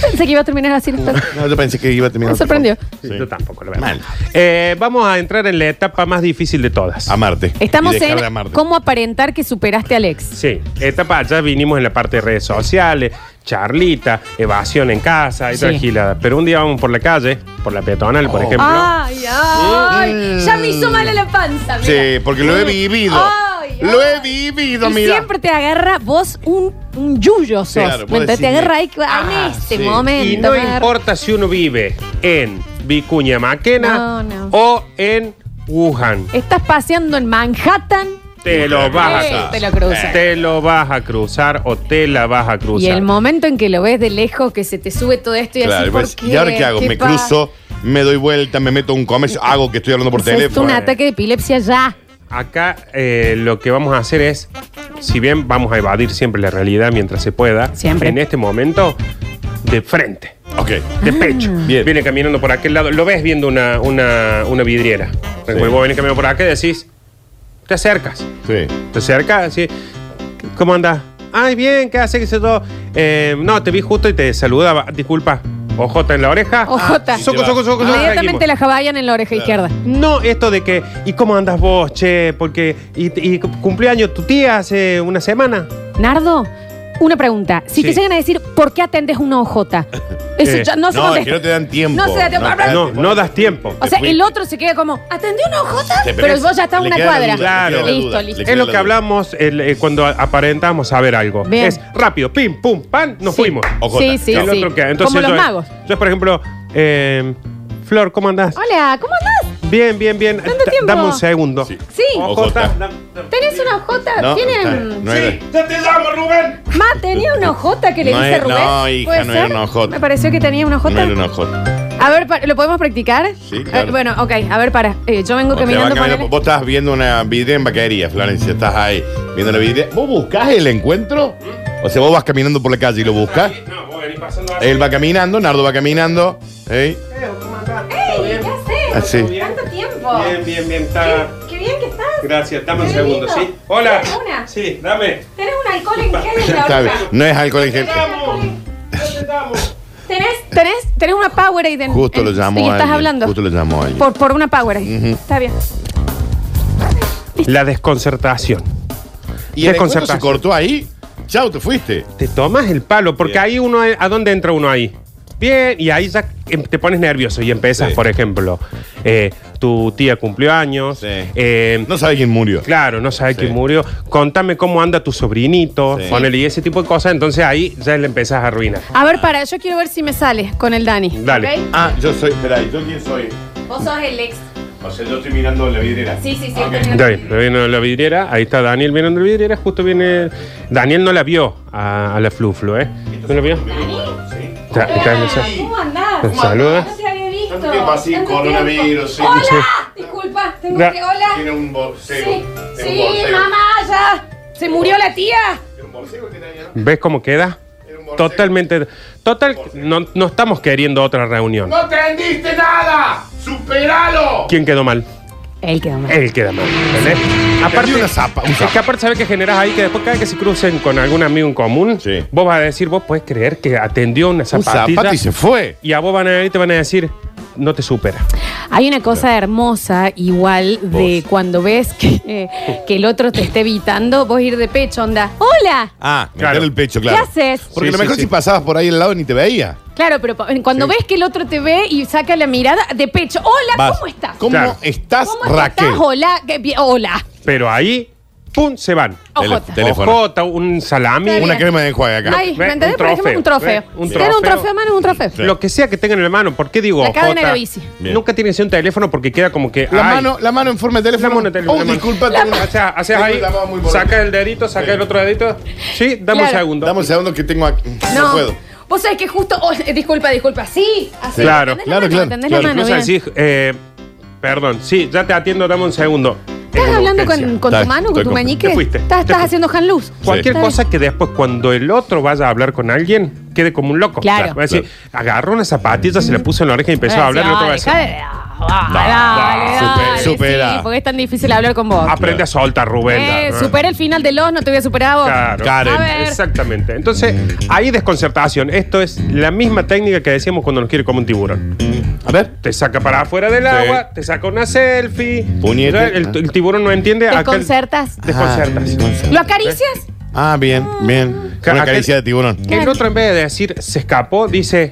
S2: Pensé que iba a terminar así. esto.
S4: No, yo pensé que iba a terminar.
S2: Me sorprendió.
S4: Sí.
S3: Yo tampoco, la verdad.
S4: Mal.
S3: Eh, vamos a entrar en la etapa más difícil de todas.
S4: Amarte.
S2: Estamos
S4: Y dejar de
S2: en
S4: amarte.
S2: cómo aparentar que superaste a Alex.
S3: Sí, etapa, ya vinimos en la parte de redes sociales, charlita, evasión en casa y
S2: Sí.
S3: toda gilada. Pero un día vamos por la calle, por la peatonal, por
S4: Oh.
S3: ejemplo.
S2: Ay, ay, ya me hizo mal a la panza. mira.
S4: Mm. Sí, porque lo he vivido.
S2: Ay, ay.
S4: Lo he vivido,
S2: Y
S4: mira.
S2: siempre te agarra vos un, un yuyo sos.
S4: Claro, vos
S2: ¿Me entendés? te
S4: decís,
S2: agarra ahí que-
S4: ah,
S2: en este
S4: sí.
S2: momento.
S3: Y no
S2: me agarra-
S3: importa si uno vive en Vicuña Maquena
S2: No, no.
S3: o en Wuhan.
S2: Estás paseando en Manhattan
S3: Te lo vas
S2: Ey,
S3: a
S2: te lo cruzas.
S3: Te lo vas a cruzar o te la vas a
S2: y
S3: cruzar.
S2: el momento en que lo ves de lejos, que se te sube todo esto y así,
S4: Claro,
S2: ¿por
S4: pues, ¿Y ahora qué hago? me
S2: pasa?
S4: cruzo, me doy vuelta, me meto a un comercio, hago que estoy hablando por
S2: O sea, Es
S4: teléfono.
S2: un ataque de epilepsia ya.
S3: Acá eh, lo que vamos a hacer es, si bien vamos a evadir siempre la realidad mientras se pueda,
S2: Siempre.
S3: en este momento, de frente,
S4: Ok.
S3: de
S2: Ah.
S3: pecho.
S4: Bien.
S3: Viene caminando por aquel lado, lo ves viendo una, una, una vidriera. Porque Vos venís caminando por acá y decís, te acercas,
S4: Sí.
S3: te acercas, así, ¿cómo andas? Ay, bien, ¿qué hace? ¿Qué sé yo? Eh, no, te vi justo y te saludaba. Disculpa, ojota en la oreja. Ah,
S2: Ojota.
S3: Soco, soco, soco, soco.
S2: Inmediatamente
S3: Seguimos.
S2: la jaballan en la oreja izquierda.
S3: No esto de que, ¿y cómo andas vos, che? Porque, y, y cumpleaños tu tía hace una semana.
S2: Nardo, una pregunta. Si te
S3: Sí.
S2: llegan a decir, ¿por qué atendes una ojota? Eso
S3: Eh,
S2: ya no se
S4: No, es
S2: contesta.
S4: que no te dan tiempo.
S2: No se da tiempo.
S4: No,
S2: Bla, bla,
S4: no,
S3: No, no das tiempo.
S2: O sea,
S4: Te fuiste.
S2: el otro se queda como, atendí una ojota,
S4: Sí,
S2: pero, vos ya estás a
S4: le
S2: una
S4: queda la
S2: cuadra.
S4: duda, le queda la
S2: Listo,
S4: duda,
S2: listo.
S4: le queda
S3: Es lo
S4: la
S3: que
S4: duda.
S3: hablamos el, eh, cuando a- aparentamos saber algo.
S2: Bien.
S3: Es rápido, pim, pum, pan, nos
S2: Sí.
S3: fuimos.
S4: Ojota.
S2: Sí, sí,
S4: No.
S3: El
S2: sí.
S3: otro queda. Entonces
S2: como los
S3: yo- eh,
S2: magos.
S3: Yo, por ejemplo, eh, Flor, ¿cómo andás?
S2: Hola, ¿cómo andás?
S3: Bien, bien, bien.
S2: ¿Tanto
S3: Da-
S2: tiempo?
S3: Dame un segundo.
S4: Sí.
S2: Sí.
S3: Ojota.
S4: Ojota.
S3: Da-
S2: ¿Tenés una ojota?
S4: No,
S2: ¿Tienen?
S4: no era-
S3: ¡Ya te llamo, Rubén!
S2: Ma, tenía una ojota que le
S4: No
S2: dice
S4: es-
S2: Rubén.
S4: no, hija,
S2: ¿Puede
S4: no era
S2: ser?
S4: una ojota.
S2: Me pareció que tenía una ojota.
S4: No era un ojota.
S2: A ver, pa- ¿lo podemos practicar?
S4: Sí, claro.
S2: Eh, bueno, ok, a ver, para. Eh, yo vengo
S4: O sea, va
S2: caminando
S4: caminando-
S2: ponele.
S4: Vos estás viendo una vidriera en vaquería, Florencia. Estás ahí viendo la vidriera. ¿Vos buscás el encuentro? O sea, vos vas caminando por la calle y lo buscas.
S3: No, vos venís pasando así.
S4: Él va caminando, Nardo va caminando. ¿eh?
S3: ¿Cómo andás? ¿Todo bien?
S4: Ah, sí.
S2: ¿Tanto tiempo?
S3: Bien, bien, bien. Está...
S2: Qué bien que estás.
S3: Gracias, dame un
S2: Qué
S3: segundo,
S2: lindo.
S3: ¿sí? Hola.
S2: Dame una.
S3: Sí, dame.
S2: Tenés un alcohol en gel en
S4: Está bien. No es alcohol en
S3: Te
S4: gel.
S3: damos. Te damos.
S2: ¿Tenés, tenés, tenés una Powerade en
S4: Justo lo
S2: en-
S4: llamó
S2: sí,
S4: a
S2: estás
S4: alguien,
S2: hablando.
S4: Justo lo llamó a alguien.
S2: Por, por una Powerade. Está bien.
S3: La desconcertación.
S4: Y el encuentro
S3: desconcertación.
S4: se cortó ahí. Chau, te fuiste.
S3: Te tomas el palo, porque
S4: Bien.
S3: ahí uno, ¿a dónde entra uno ahí? Bien, y ahí ya em- te pones nervioso y empiezas,
S4: Sí.
S3: por ejemplo, eh, tu tía cumplió años,
S4: Sí.
S3: eh,
S4: No sabe quién murió.
S3: claro, no sabe
S4: Sí.
S3: quién murió, contame cómo anda tu sobrinito,
S4: Sí.
S3: ponele, y ese tipo de cosas, entonces ahí ya le empezás a arruinar.
S2: A ver, para, yo quiero ver si me sale con el Dani.
S3: Dale.
S2: ¿ok?
S4: Ah, yo soy. Espera, ¿yo quién soy?
S2: Vos sos el ex.
S4: O sea, yo estoy mirando la vidriera. Ah,
S2: Sí, sí, sí.
S4: Ok.
S2: estoy
S3: Ya
S2: mirando.
S3: ahí, me vino la vidriera, ahí está Daniel mirando la vidriera, justo viene... Daniel no la vio a, a la Fluflu, ¿eh? ¿No la vio? Está- está en esa-
S2: ¿Cómo andás?
S3: Te saluda.
S2: No te había visto.
S4: Tanto tiempo así,
S2: Tanto
S4: coronavirus,
S2: tiempo.
S4: sí.
S2: ¡Hola! Disculpa, tengo
S3: Ya.
S2: que... ¡Hola!
S4: Tiene un
S2: Sí,
S4: bolseo. Tiene un
S2: sí,
S4: bolseo.
S2: mamá, ya. Se murió la tía.
S4: Tiene un bolseo que tenía, ¿no?
S3: ¿Ves cómo queda?
S4: Tiene un
S3: Totalmente. Total, no, no estamos queriendo otra reunión.
S4: ¡No tendiste nada! ¡Superalo!
S3: ¿Quién quedó mal?
S2: Él quedó mal.
S3: Él queda mal. ¿entendés? Aparte,
S4: una zapa, un
S3: es que
S4: zapa.
S3: aparte sabes que generas ahí que después cada vez que se crucen con algún amigo en común,
S4: Sí.
S3: vos vas a decir, vos puedes creer que atendió una
S4: Un
S3: zapatilla.
S4: zapato y se fue.
S3: y a vos van a, y te van a decir, no te supera.
S2: Hay una cosa hermosa igual de
S4: Vos.
S2: cuando ves que, eh, que el otro te esté evitando, vos ir de pecho, onda. ¡Hola!
S4: Ah, meter
S3: Claro.
S4: el pecho, claro.
S2: ¿Qué haces?
S3: Sí,
S4: Porque a lo
S3: sí,
S4: mejor
S3: sí.
S4: si pasabas por ahí al lado ni te veía.
S2: Claro, pero pa- cuando
S3: Sí.
S2: ves que el otro te ve y saca la mirada de pecho, hola,
S4: Vas.
S2: ¿cómo estás?
S4: ¿Cómo
S3: Claro.
S4: estás,
S2: ¿Cómo
S4: Raquel?
S2: estás? Hola, qué bien, hola.
S3: Pero ahí, ¡pum! se van.
S4: Tele-
S2: Ojota.
S4: teléfono.
S3: Ojota, un salami,
S2: Está
S4: Una
S2: bien.
S4: crema de enjuague acá.
S2: Ay,
S3: Ve,
S2: ¿me entendés?
S3: un
S2: Por ejemplo, un
S3: trofeo,
S2: trofeo.
S3: ve, un
S2: Si Tiene un
S3: trofeo.
S2: trofeo, mano, un trofeo.
S4: Sí.
S3: lo que sea que tengan en la mano. ¿Por qué digo
S2: La cadena de
S3: ojota?
S2: la bici.
S4: Bien.
S3: Nunca tiene que ser un teléfono porque queda como que.
S4: La
S3: ay,
S4: mano, la mano en forma de teléfono.
S3: La mano en teléfono,
S4: Oh,
S3: la mano.
S4: disculpa.
S3: La
S4: tengo
S3: mano.
S4: una-
S3: O sea, haces
S4: tengo
S3: ahí,
S4: la mano muy volante.
S3: saca el dedito, saca
S4: Sí.
S3: el otro dedito. Sí, dame un
S2: Claro.
S3: segundo.
S4: Dame un segundo que tengo aquí. No,
S2: No.
S4: puedo.
S2: Vos sabés que justo. oh, eh, disculpa, disculpa. Sí, así.
S3: Sí. Claro,
S2: ¿entendés la
S4: claro,
S2: mano?
S4: claro,
S2: ¿entendés
S4: claro.
S2: la mano?
S3: Incluso
S2: Bien.
S3: decís, eh, perdón, sí, ya te atiendo, dame un segundo. Es
S2: ¿Estás
S3: una
S2: hablando
S3: urgencia.
S2: con, con tu
S4: Está-
S2: mano,
S4: estoy
S2: con tu
S4: con-
S2: meñique?
S3: eh, te fuiste,
S2: Estás,
S3: te
S2: estás
S3: fuiste.
S2: haciendo hand loose.
S3: Cualquier
S2: Está bien.
S3: cosa que después, cuando el otro vaya a hablar con alguien, quede como un loco.
S2: Claro. Pues
S3: Va a decir, agarró una zapatilla, se la puso en la oreja y empezó a hablar. El otro va a decir,
S2: Deja de- ah, dale,
S4: No,
S2: dale,
S4: supera, supera.
S2: sí, porque es tan difícil hablar con vos.
S3: aprende a soltar, Rubén. Ah.
S2: Eh,
S3: Claro.
S2: supera el final de los, no te voy a superar a vos.
S3: Claro.
S4: Karen.
S2: A ver.
S3: Exactamente. Entonces, ahí desconcertación. Esto es la misma técnica que decíamos cuando nos quiere como un tiburón.
S4: A ver.
S3: Te saca para afuera del agua, te saca una selfie.
S4: Puñete.
S3: Ya El, el tiburón no entiende. acá el-
S2: Desconcertas.
S3: Desconcertas.
S2: ¿Lo acaricias?
S4: Ah, bien, bien.
S3: Acá-
S4: Una caricia de tiburón.
S3: El otro, en vez de decir se escapó, dice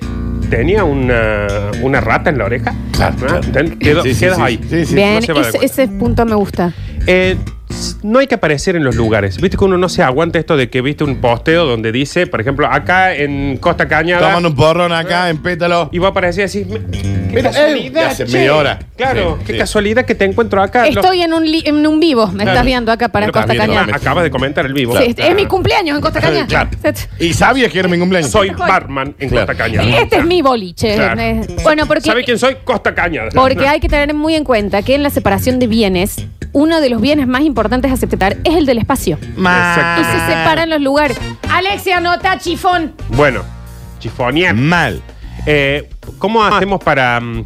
S3: tenía una, una rata en la oreja.
S4: Claro,
S3: ¿Ah?
S4: claro.
S3: Ten- quedó-
S4: Sí, sí,
S3: quedas
S4: sí,
S3: ahí.
S4: sí, sí.
S2: Bien,
S3: no se va de
S2: ese,
S3: cuenta.
S2: ese punto me gusta.
S3: Eh, s- no hay que aparecer en los lugares. Viste que uno no se aguanta esto de que viste un posteo donde dice, por ejemplo, acá en Costa Cañada.
S4: Tomando un porrón acá en pétalo.
S3: Ah. Y va a aparecer así. me- Qué
S4: Mira, eh,
S3: casualidad.
S4: hace
S3: che.
S4: media hora.
S3: Claro,
S4: Sí,
S3: qué
S4: sí.
S3: casualidad que te encuentro acá. Lo-
S2: Estoy en un, li- en un vivo, me
S3: Claro.
S2: estás viendo acá para
S3: Pero
S2: Costa
S4: también,
S2: Cañada.
S4: no, me-
S3: Acabas de comentar el vivo.
S2: Sí, este es- es mi cumpleaños en Costa Este Cañada.
S4: Claro. Y sabías que era mi cumpleaños.
S3: Soy barman en
S4: Claro.
S3: Costa Cañada.
S2: Este es mi boliche.
S3: Claro.
S2: Eh, Bueno, porque
S3: ¿Sabe quién soy? Costa Cañada.
S2: Porque hay que tener muy en cuenta que en la separación de bienes, uno de los bienes más importantes a aceptar es el del espacio.
S4: mal.
S2: Y se separan los lugares. Alexia, nota chifón.
S3: Bueno, chifonier.
S4: Mal.
S3: Eh, ¿Cómo hacemos para, mm,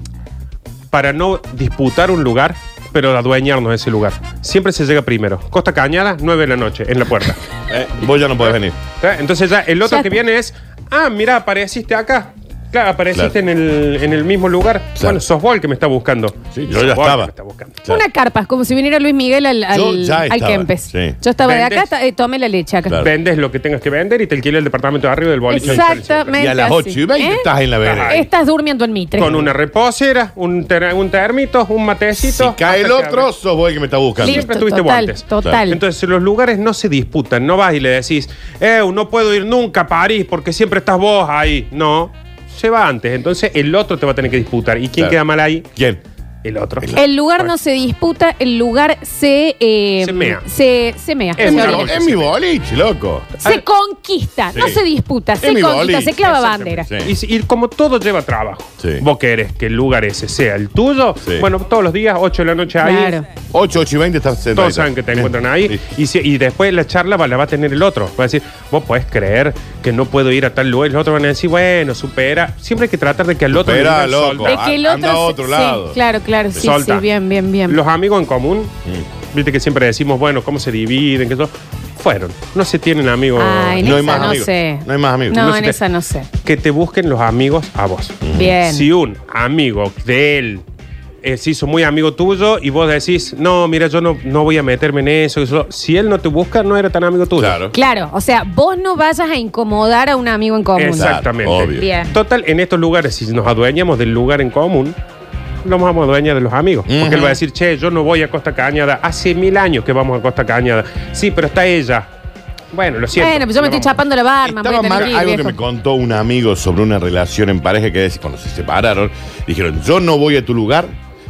S3: para no disputar un lugar, pero adueñarnos de ese lugar? Siempre se llega primero. Costa Cañada, 9 de la noche, en la puerta.
S4: Eh, vos ya no podés venir.
S3: ¿Está? Entonces ya el otro
S2: Ya
S3: que
S2: está.
S3: viene es, ah, mira, apareciste acá. Claro, apareciste
S4: Claro.
S3: En, el, en el mismo lugar. Bueno, sos vos el que me está buscando.
S4: Sí, yo
S3: Sos
S4: ya
S3: vos el
S4: estaba.
S3: que me está buscando.
S4: Claro.
S2: Una carpa, como si viniera Luis Miguel al, al,
S4: Yo ya
S2: al
S4: estaba,
S2: Kempes.
S4: sí.
S2: Yo estaba de
S3: ¿Vendes?
S2: acá, ta- eh, tomé la leche acá.
S4: Claro.
S3: Vendes lo que tengas que vender y te alquila el departamento de arriba del boliche.
S2: Exactamente.
S4: Y a las
S2: así.
S4: 8 y 20
S2: ¿Eh?
S4: estás en la vereda.
S3: Ay.
S2: Estás durmiendo en Mitre.
S3: Con una reposera, un, ter- un termito, un
S4: Si
S3: matecito.
S4: cae el
S3: hasta que
S4: otro,
S3: abra.
S4: sos vos el que me está buscando.
S2: Listo,
S3: Siempre estuviste vos
S2: total,
S3: antes.
S2: total.
S3: Entonces los lugares no se disputan, no vas y le decís, eh, no puedo ir nunca a París porque siempre estás vos ahí. No, se va antes. Entonces el otro te va a tener que disputar. ¿Y quién
S4: Claro.
S3: queda mal ahí?
S4: ¿Quién?
S3: El otro.
S2: El lugar no se disputa, el lugar se... eh,
S3: Se mea.
S2: Se, se mea.
S3: Es
S2: se
S3: una
S2: orina.
S3: boliche.
S4: Es mi boliche, loco.
S2: Se conquista,
S4: Sí.
S2: no se disputa, se
S4: mi
S2: conquista,
S4: boliche.
S2: se clava
S3: Exactamente.
S2: bandera.
S4: Sí.
S3: Y, si- y como todo lleva trabajo,
S4: Sí.
S3: vos querés que el lugar ese sea el tuyo,
S4: Sí.
S3: bueno, todos los días, 8 de la noche ahí,
S2: Claro.
S4: 8, 8 y 20 estás sentado.
S3: todos saben que te encuentran ahí, y, si- y después la charla va- la va a tener el otro. Va a decir, vos podés creer que no puedo ir a tal lugar, y los otros van a decir, bueno, supera. Siempre hay que tratar de que al otro... le
S4: Supera,
S3: digan,
S4: loco.
S3: "Solta".
S2: De que el otro,
S4: Anda a
S2: se-
S4: otro
S2: sí,
S4: lado.
S2: claro, claro, sí,
S3: Solta.
S2: sí, bien, bien, bien.
S3: Los amigos en común,
S4: Mm.
S3: viste que siempre decimos, bueno, cómo se dividen, que todo. Fueron. No se tienen amigos.
S2: Ah, en
S4: No hay
S2: esa
S4: más
S2: no
S4: amigos.
S2: sé.
S4: No hay más amigos.
S2: No,
S3: No se
S2: en
S3: te-
S2: esa no sé.
S3: Que te busquen los amigos a vos.
S2: Bien.
S3: Si un amigo de él eh, se hizo muy amigo tuyo y vos decís, no, mira, yo no, no voy a meterme en eso, eso". Si él no te busca, no era tan amigo tuyo.
S4: Claro.
S2: Claro, o sea, vos no vayas a incomodar a un amigo en común.
S4: Exacto.
S3: Exactamente.
S4: Claro, obvio.
S2: Bien.
S3: Total, en estos lugares, si nos adueñamos del lugar en común, nos vamos a adueñar de los amigos. Porque él va a decir, che, yo no voy a Costa Cañada. Hace mil años que vamos a Costa Cañada. Sí, pero está ella. Bueno, lo siento.
S2: Bueno, pues yo me
S3: No
S2: estoy
S3: vamos.
S2: chapando la barba, voy a
S4: Estaba
S2: tener
S4: mal
S2: que ir,
S4: algo que
S2: viejo.
S4: me contó un amigo sobre una relación en pareja que es- cuando se separaron, dijeron, yo no voy a tu lugar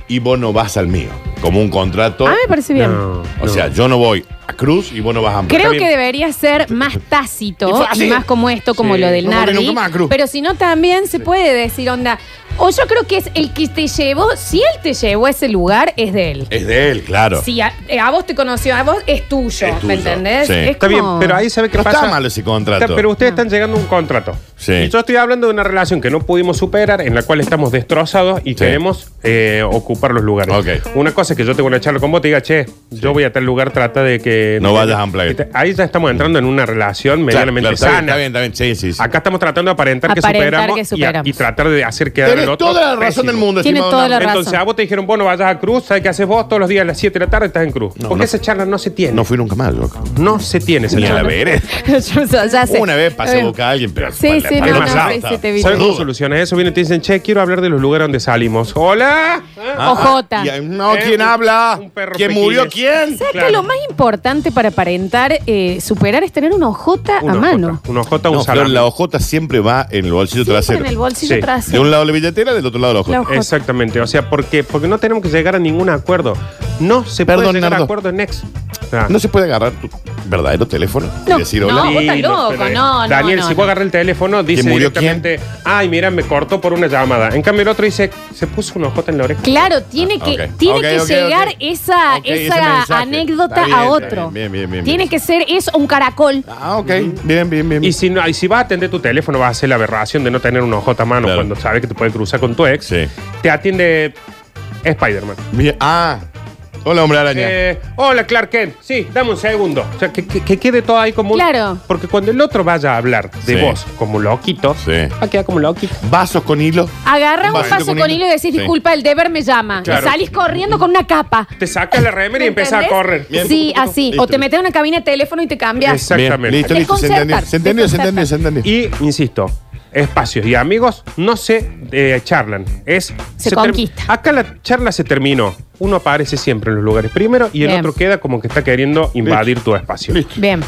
S4: y vos no vas al mío. Como un contrato.
S2: Ah, me parece bien.
S3: No,
S4: O
S3: no.
S4: sea, yo no voy a Cruz y vos no vas a mí.
S2: Creo
S3: Está bien.
S2: que debería ser más tácito
S4: Y fue así.
S2: y más como esto, como
S3: Sí.
S2: lo del
S4: No vuelve
S2: Nardi.
S4: nunca más, Cruz.
S2: pero si no, también se puede decir, onda, O yo creo que es el que te llevó, si él te llevó a ese lugar, es de él.
S4: Es de él, claro.
S2: Si a, eh, a vos te conoció, a vos es tuyo,
S4: Es tuyo,
S2: ¿me entendés?
S4: sí.
S2: Es
S4: Está
S3: Está bien,
S2: como-
S3: pero ahí sabe qué
S4: No
S3: pasa.
S4: está mal ese contrato.
S3: Está- pero ustedes están llegando a un contrato.
S4: Sí.
S3: Y yo estoy hablando de una relación que no pudimos superar, en la cual estamos destrozados y queremos eh, ocupar los lugares.
S4: Ok.
S3: Una cosa es que yo tengo una charla con vos, te diga, che, yo voy a tal lugar, trata de que.
S4: No vayas a Unplugged.
S3: Este- Ahí ya estamos entrando en una relación
S4: Claro,
S3: medianamente
S4: claro, está, bien,
S3: sana.
S4: está bien, está bien. Sí, sí, sí.
S3: Acá estamos tratando de
S2: Aparentar
S3: aparentar,
S2: que
S3: que superamos,
S2: superamos.
S3: y, a- y tratar de hacer quedar al
S4: Tienes
S3: otro.
S4: toda la razón
S3: pésimo.
S4: del mundo,
S2: Tiene
S4: estimado
S2: toda
S4: Hernán.
S2: la razón.
S3: Entonces a vos te dijeron, bueno, vayas a Cruz, ¿sabes qué haces vos todos los días a las 7 de la tarde? Estás en Cruz.
S4: No,
S3: Porque
S4: no.
S3: esa charla no se tiene.
S4: No
S3: No,
S4: fui nunca más, loco.
S3: se tiene esa
S4: Ni a la
S3: charla.
S4: vereda.
S2: Yo- ya sé.
S4: Una vez pasé
S2: Eh,
S4: a buscar a alguien, pero.
S2: Sí, sí,
S4: la-
S2: no,
S4: la-
S3: no,
S4: la-
S3: sí,
S4: la-
S2: sí, te vi.
S3: ¿Saben cómo solucionas eso? Vienen y te dicen, che, quiero hablar de los lugares donde salimos. ¡Hola!
S4: Ah,
S2: Ojota.
S4: y hay- No,
S3: Eh,
S4: ¿quién
S3: un-
S4: habla?
S3: un perro
S4: ¿Quién
S3: pequines.
S4: murió? ¿Quién?
S2: ¿Sabes
S3: Claro.
S2: que lo más importante para aparentar eh, superar es tener una ojota
S3: Una
S2: a mano?
S3: ojota, Una ojota, un
S4: No, pero
S3: salami.
S4: la ojota siempre va en el bolsillo
S2: Siempre
S4: trasero.
S2: en el bolsillo
S3: Sí.
S4: De
S2: trasero.
S4: un lado la billetera, del otro lado la ojota.
S2: La ojota.
S3: Exactamente. O sea, ¿por qué? Porque no tenemos que llegar a ningún acuerdo. No se puede
S4: Perdón,
S3: llegar
S4: Nardo.
S3: a acuerdo en ex. Ah.
S4: No se puede agarrar tu verdadero teléfono y
S2: No,
S4: decir
S2: no.
S4: hola.
S2: vos estás
S3: Sí,
S2: loco,
S3: pero, eh,
S2: no, no,
S3: Daniel,
S2: no,
S3: si
S2: no.
S3: vos agarras el teléfono, dice
S4: murió
S3: directamente, ay, mira, me cortó por una llamada. En cambio, el otro dice, se puso una ojota en la oreja.
S2: Claro, tiene
S4: Ah,
S2: que,
S4: ok.
S2: tiene
S4: Ok,
S2: que
S4: ok,
S2: llegar
S4: ok.
S2: esa,
S4: Ok, ese
S2: esa
S4: mensaje.
S2: anécdota
S4: Está bien,
S2: a
S4: está
S2: otro.
S4: bien, bien, bien, bien,
S2: tiene
S4: bien.
S2: que ser eso, un caracol.
S4: Ah, ok. Bien, bien, bien.
S3: Y si, no, y si vas a atender tu teléfono, vas a hacer la aberración de no tener una ojota a mano
S4: Claro.
S3: cuando sabes que te puede cruzar con tu ex.
S4: Sí.
S3: Te atiende Spider-Man.
S4: Bien. Ah. Hola, hombre araña.
S3: Eh, hola, Clark Kent. Sí, dame un segundo. O sea, que, que- que quede todo ahí como un-
S2: Claro.
S3: Porque cuando el otro vaya a hablar de
S4: Sí.
S3: vos como loquito,
S4: Sí.
S3: va a quedar como loquito.
S4: Vasos con hilo.
S2: Agarra un
S4: Vasito
S2: paso
S4: con
S2: con, hilo
S4: hilo.
S2: y decís,
S4: Sí.
S2: disculpa, el deber me llama.
S3: Claro.
S2: Y salís corriendo con una capa.
S3: Te sacas la remera y empiezas a
S2: ¿Entendés?
S3: correr.
S4: Bien.
S2: Sí, así.
S4: Listo.
S2: O te metes en una cabina de teléfono y te cambias.
S3: Exacto. Exactamente.
S4: Bien, listo, listo. Se entendió,
S2: Desconcertar,
S4: se entendió, se entendió.
S2: desconcertar.
S4: Se entendió.
S3: Y, insisto, espacios y amigos no se eh, charlan. Es,
S2: Se
S3: ter-
S2: conquista.
S3: Acá la charla se terminó. Uno aparece siempre en los lugares primero y el
S2: Bien.
S3: otro queda como que está queriendo invadir tu espacio.
S4: Listo.
S2: Bien.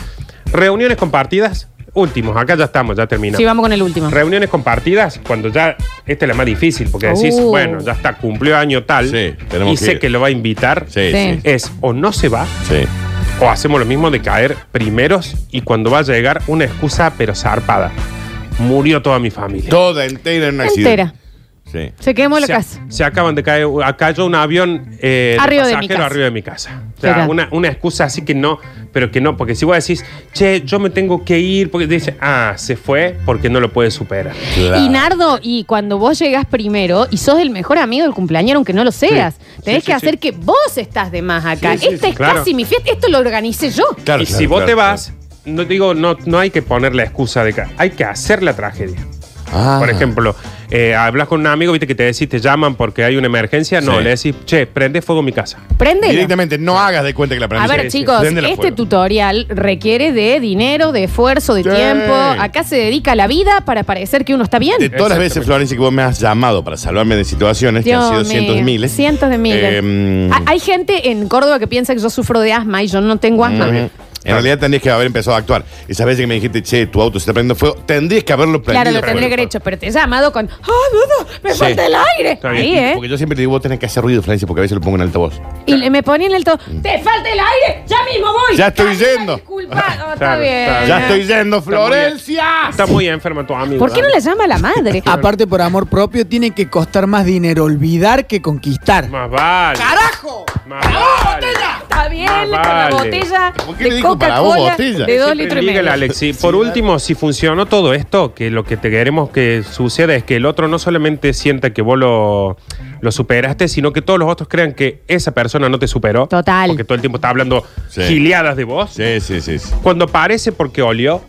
S3: Reuniones compartidas, últimos. Acá ya estamos, ya terminamos.
S2: Sí, vamos con el último.
S3: Reuniones compartidas, cuando ya, esta es la más difícil, porque decís,
S2: Uh.
S3: bueno, ya está, cumplió año tal,
S4: Sí,
S3: y
S4: tenemos que
S3: sé
S4: ir.
S3: que lo va a invitar,
S4: Sí, sí.
S2: Sí.
S3: es o no se va,
S4: Sí.
S3: o hacemos lo mismo de caer primeros, y cuando va a llegar una excusa, pero zarpada. Murió toda mi familia.
S4: Toda entera en un accidente.
S2: Entera.
S4: Sí.
S2: Se quemó la
S3: se,
S2: casa.
S3: se acaban de caer, ah, cayó un avión eh,
S2: Arriba de mi
S3: pasajero
S2: casa.
S3: arriba de mi casa. O sea,
S2: Será.
S3: una, una excusa así que no, pero que no, porque si vos decís, che, yo me tengo que ir, porque dice, ah, se fue porque no lo puede superar.
S4: Claro.
S2: Y Nardo, y cuando vos llegás primero y sos el mejor amigo del cumpleañero, aunque no lo seas, tenés
S3: Sí, sí,
S2: que hacer
S3: sí.
S2: que vos estás de más acá.
S3: Sí, sí,
S2: Esta
S3: sí,
S2: es
S3: claro.
S2: casi mi fiesta, esto lo organicé yo.
S4: Claro,
S3: y
S4: claro,
S3: si vos
S4: claro,
S3: te
S4: claro.
S3: vas, no digo, no, no hay que poner la excusa de que hay que hacer la tragedia.
S4: Ah.
S3: Por ejemplo, eh, hablas con un amigo, viste que te decís, te llaman porque hay una emergencia, no,
S4: Sí.
S3: le decís, che, prende fuego mi casa.
S2: Prende.
S4: Directamente, no hagas de cuenta que la
S2: A
S4: aprendiste.
S2: ver, chicos,
S4: Préndela
S2: este
S4: fuego.
S2: tutorial requiere de dinero, de esfuerzo, de
S4: Sí.
S2: tiempo. Acá se dedica la vida para parecer que uno está bien.
S4: De todas las veces, Florencia, que vos me has llamado para salvarme de situaciones que han sido
S2: Dios
S4: cientos de
S2: mío,
S4: miles.
S2: Cientos de miles. Ah,
S4: Eh,
S2: Ha- Hay gente en Córdoba que piensa que yo sufro de asma y yo no tengo asma.
S4: Ujú. En realidad tendrías que haber empezado a actuar. Esas veces que me dijiste, che, tu auto se está prendiendo fuego, tendrías que haberlo prendido.
S2: Claro, lo
S4: fuego.
S2: tendría que haber hecho, pero te he llamado con ¡Ah, no, no! ¡Me
S4: Sí.
S2: falta el aire!
S3: Está bien.
S2: Ahí, ¿eh?
S4: Porque yo siempre te digo, vos tenés que hacer ruido, Florencia, porque a veces lo pongo en altavoz.
S2: Y le- me ponía en el to. ¡Te falta el aire! ¡Ya mismo voy!
S4: Ya estoy
S2: Camila,
S4: yendo.
S2: Disculpa. Oh, está
S3: Claro,
S2: bien.
S3: claro.
S4: ¡Ya estoy yendo,
S3: muy bien.
S4: Florencia!
S3: Está muy enferma tu amigo.
S2: Ah, ¿Por qué no
S3: Dani.
S2: le llama a la madre?
S5: Aparte, por amor propio, tiene que costar más dinero olvidar que conquistar.
S3: Más vale.
S5: ¡Carajo!
S3: Más Ah,
S2: Oh,
S3: vale.
S2: Está bien,
S3: Más
S2: con la
S3: vale.
S2: botella.
S4: ¿Por qué
S2: de
S4: le dijo para vos
S2: Coca-Cola
S4: botella?
S2: De dos
S3: Siempre
S2: litros y
S3: liga el
S2: medio.
S3: Alex. Y por último, si funcionó todo esto, que lo que te queremos que suceda es que el otro no solamente sienta que vos lo, lo superaste, sino que todos los otros crean que esa persona no te superó.
S2: Total.
S3: Porque todo el tiempo está hablando
S4: Sí.
S3: gileadas de vos.
S4: Sí, sí, sí. sí.
S3: Cuando parece porque olió.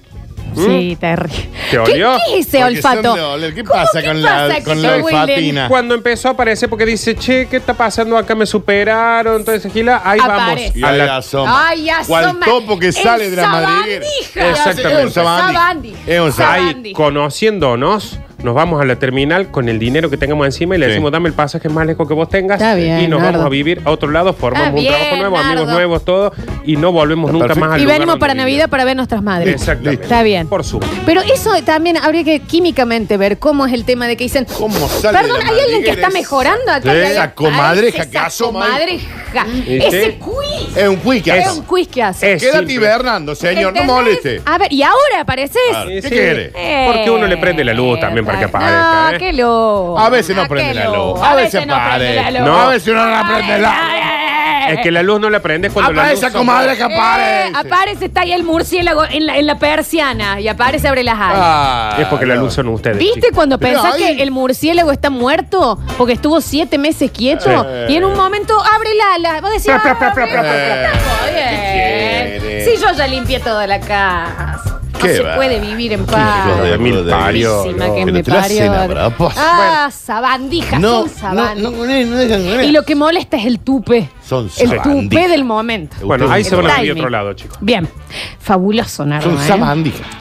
S2: Sí, terrible.
S3: ¿Mm? ¿Te
S2: ¿Qué,
S3: olió?
S2: qué es ese
S4: Porque son
S2: olfato?
S4: de oler. ¿Qué
S2: ¿Cómo
S4: pasa
S2: qué
S4: con la-
S2: pasa
S4: con
S2: que
S4: la
S2: te huelen?
S4: olfatina?
S3: Cuando empezó aparece porque dice, che, ¿qué está pasando acá? Me superaron, entonces gila, ahí
S2: Aparece.
S4: Y
S3: vamos. A
S4: ahí
S3: la-
S4: asoma.
S2: Ay, asoma.
S4: Cual topo que
S2: El
S4: sale de la madriguera.
S2: sabandija.
S3: Exactamente.
S4: Es un sabandija. Es un
S2: Sabandija.
S3: ahí, conociéndonos, nos vamos a la terminal con el dinero que tengamos encima y le
S4: Sí.
S3: decimos, dame el pasaje más lejos que vos tengas.
S2: Está bien,
S3: y nos
S2: Nardo.
S3: vamos a vivir a otro lado,
S2: Está
S3: formamos un trabajo
S2: bien,
S3: nuevo, amigos
S2: Nardo.
S3: nuevos, todo. y no volvemos
S4: Está
S3: nunca
S4: perfecto.
S3: más al
S2: Y
S3: Ah, lugar
S2: venimos
S3: donde
S2: para
S3: vivimos.
S2: Navidad para ver nuestras madres.
S3: Exactamente.
S2: Está bien.
S3: Por su.
S2: Pero eso también habría que químicamente ver cómo es el tema de que dicen.
S4: ¿Cómo sale
S2: Perdón,
S4: de la
S2: ¿hay alguien que
S4: madriguera
S2: está
S4: esa?
S2: mejorando acá?
S4: Sí.
S2: Hay-
S4: Esa comadreja
S2: Ay,
S4: que
S2: esa
S4: asoma ahí.
S2: comadreja.
S3: ¿Y
S2: Ese
S3: sí?
S2: quiz.
S4: Es un quick.
S2: Es,
S4: Es.
S2: un quiz que hace.
S3: Es
S4: Quédate
S3: simple.
S4: hibernando, señor, no
S2: ¿Entendés? Ah,
S4: moleste.
S2: A ver, y ahora apareces.
S4: Claro. ¿Qué quiere?
S3: Porque uno le prende la luz también para que aparezca.
S2: Eh, No,
S3: ¿eh?
S2: qué luz.
S4: A veces no
S2: Ah,
S4: prende
S2: qué
S4: la luz, a veces
S2: no prende
S4: pare.
S2: la luz.
S3: No.
S4: A veces uno no prende la-
S3: Es que la luz no la prendes cuando la luz
S4: Aparece,
S3: son-
S4: comadre, que
S2: Eh,
S4: aparece.
S2: aparece, está ahí el murciélago en la, en la persiana y aparece, abre las alas.
S4: Ah,
S3: Es porque la
S4: no.
S3: luz son ustedes.
S2: ¿Viste
S3: chicos.
S2: cuando
S4: Pero
S2: pensás
S4: ahí-
S2: que el murciélago está muerto porque estuvo siete meses quieto
S4: Sí.
S2: y en un momento abre el ala? Vos decís,
S3: Pra, pra,
S2: ah,
S3: pra, pra,
S2: mira,
S3: pra,
S4: pra,
S2: está
S4: pra.
S2: bien.
S4: ¿Qué quiere?
S2: Sí, yo ya limpié toda la casa. No
S4: Qué
S2: se
S4: va.
S2: puede vivir en paz.
S4: Hijo de
S3: Mil
S4: mil
S3: parió,
S4: parió.
S2: Encima que
S4: Pero
S2: me
S4: te lo hacen
S2: parió.
S4: a propósito.
S2: Ah, sabandijas,
S4: No,
S2: son
S4: no,
S2: sabandijas.
S4: no, no, no, no.
S2: Y lo que molesta es el tupe.
S4: Son
S2: El
S4: sabandijas.
S2: tupe del momento.
S3: Bueno, ahí se
S2: El
S3: van a
S2: timing.
S3: vivir otro lado, chicos.
S2: Bien. Fabuloso, Nardo.
S4: Son
S2: ¿eh?
S4: sabandijas.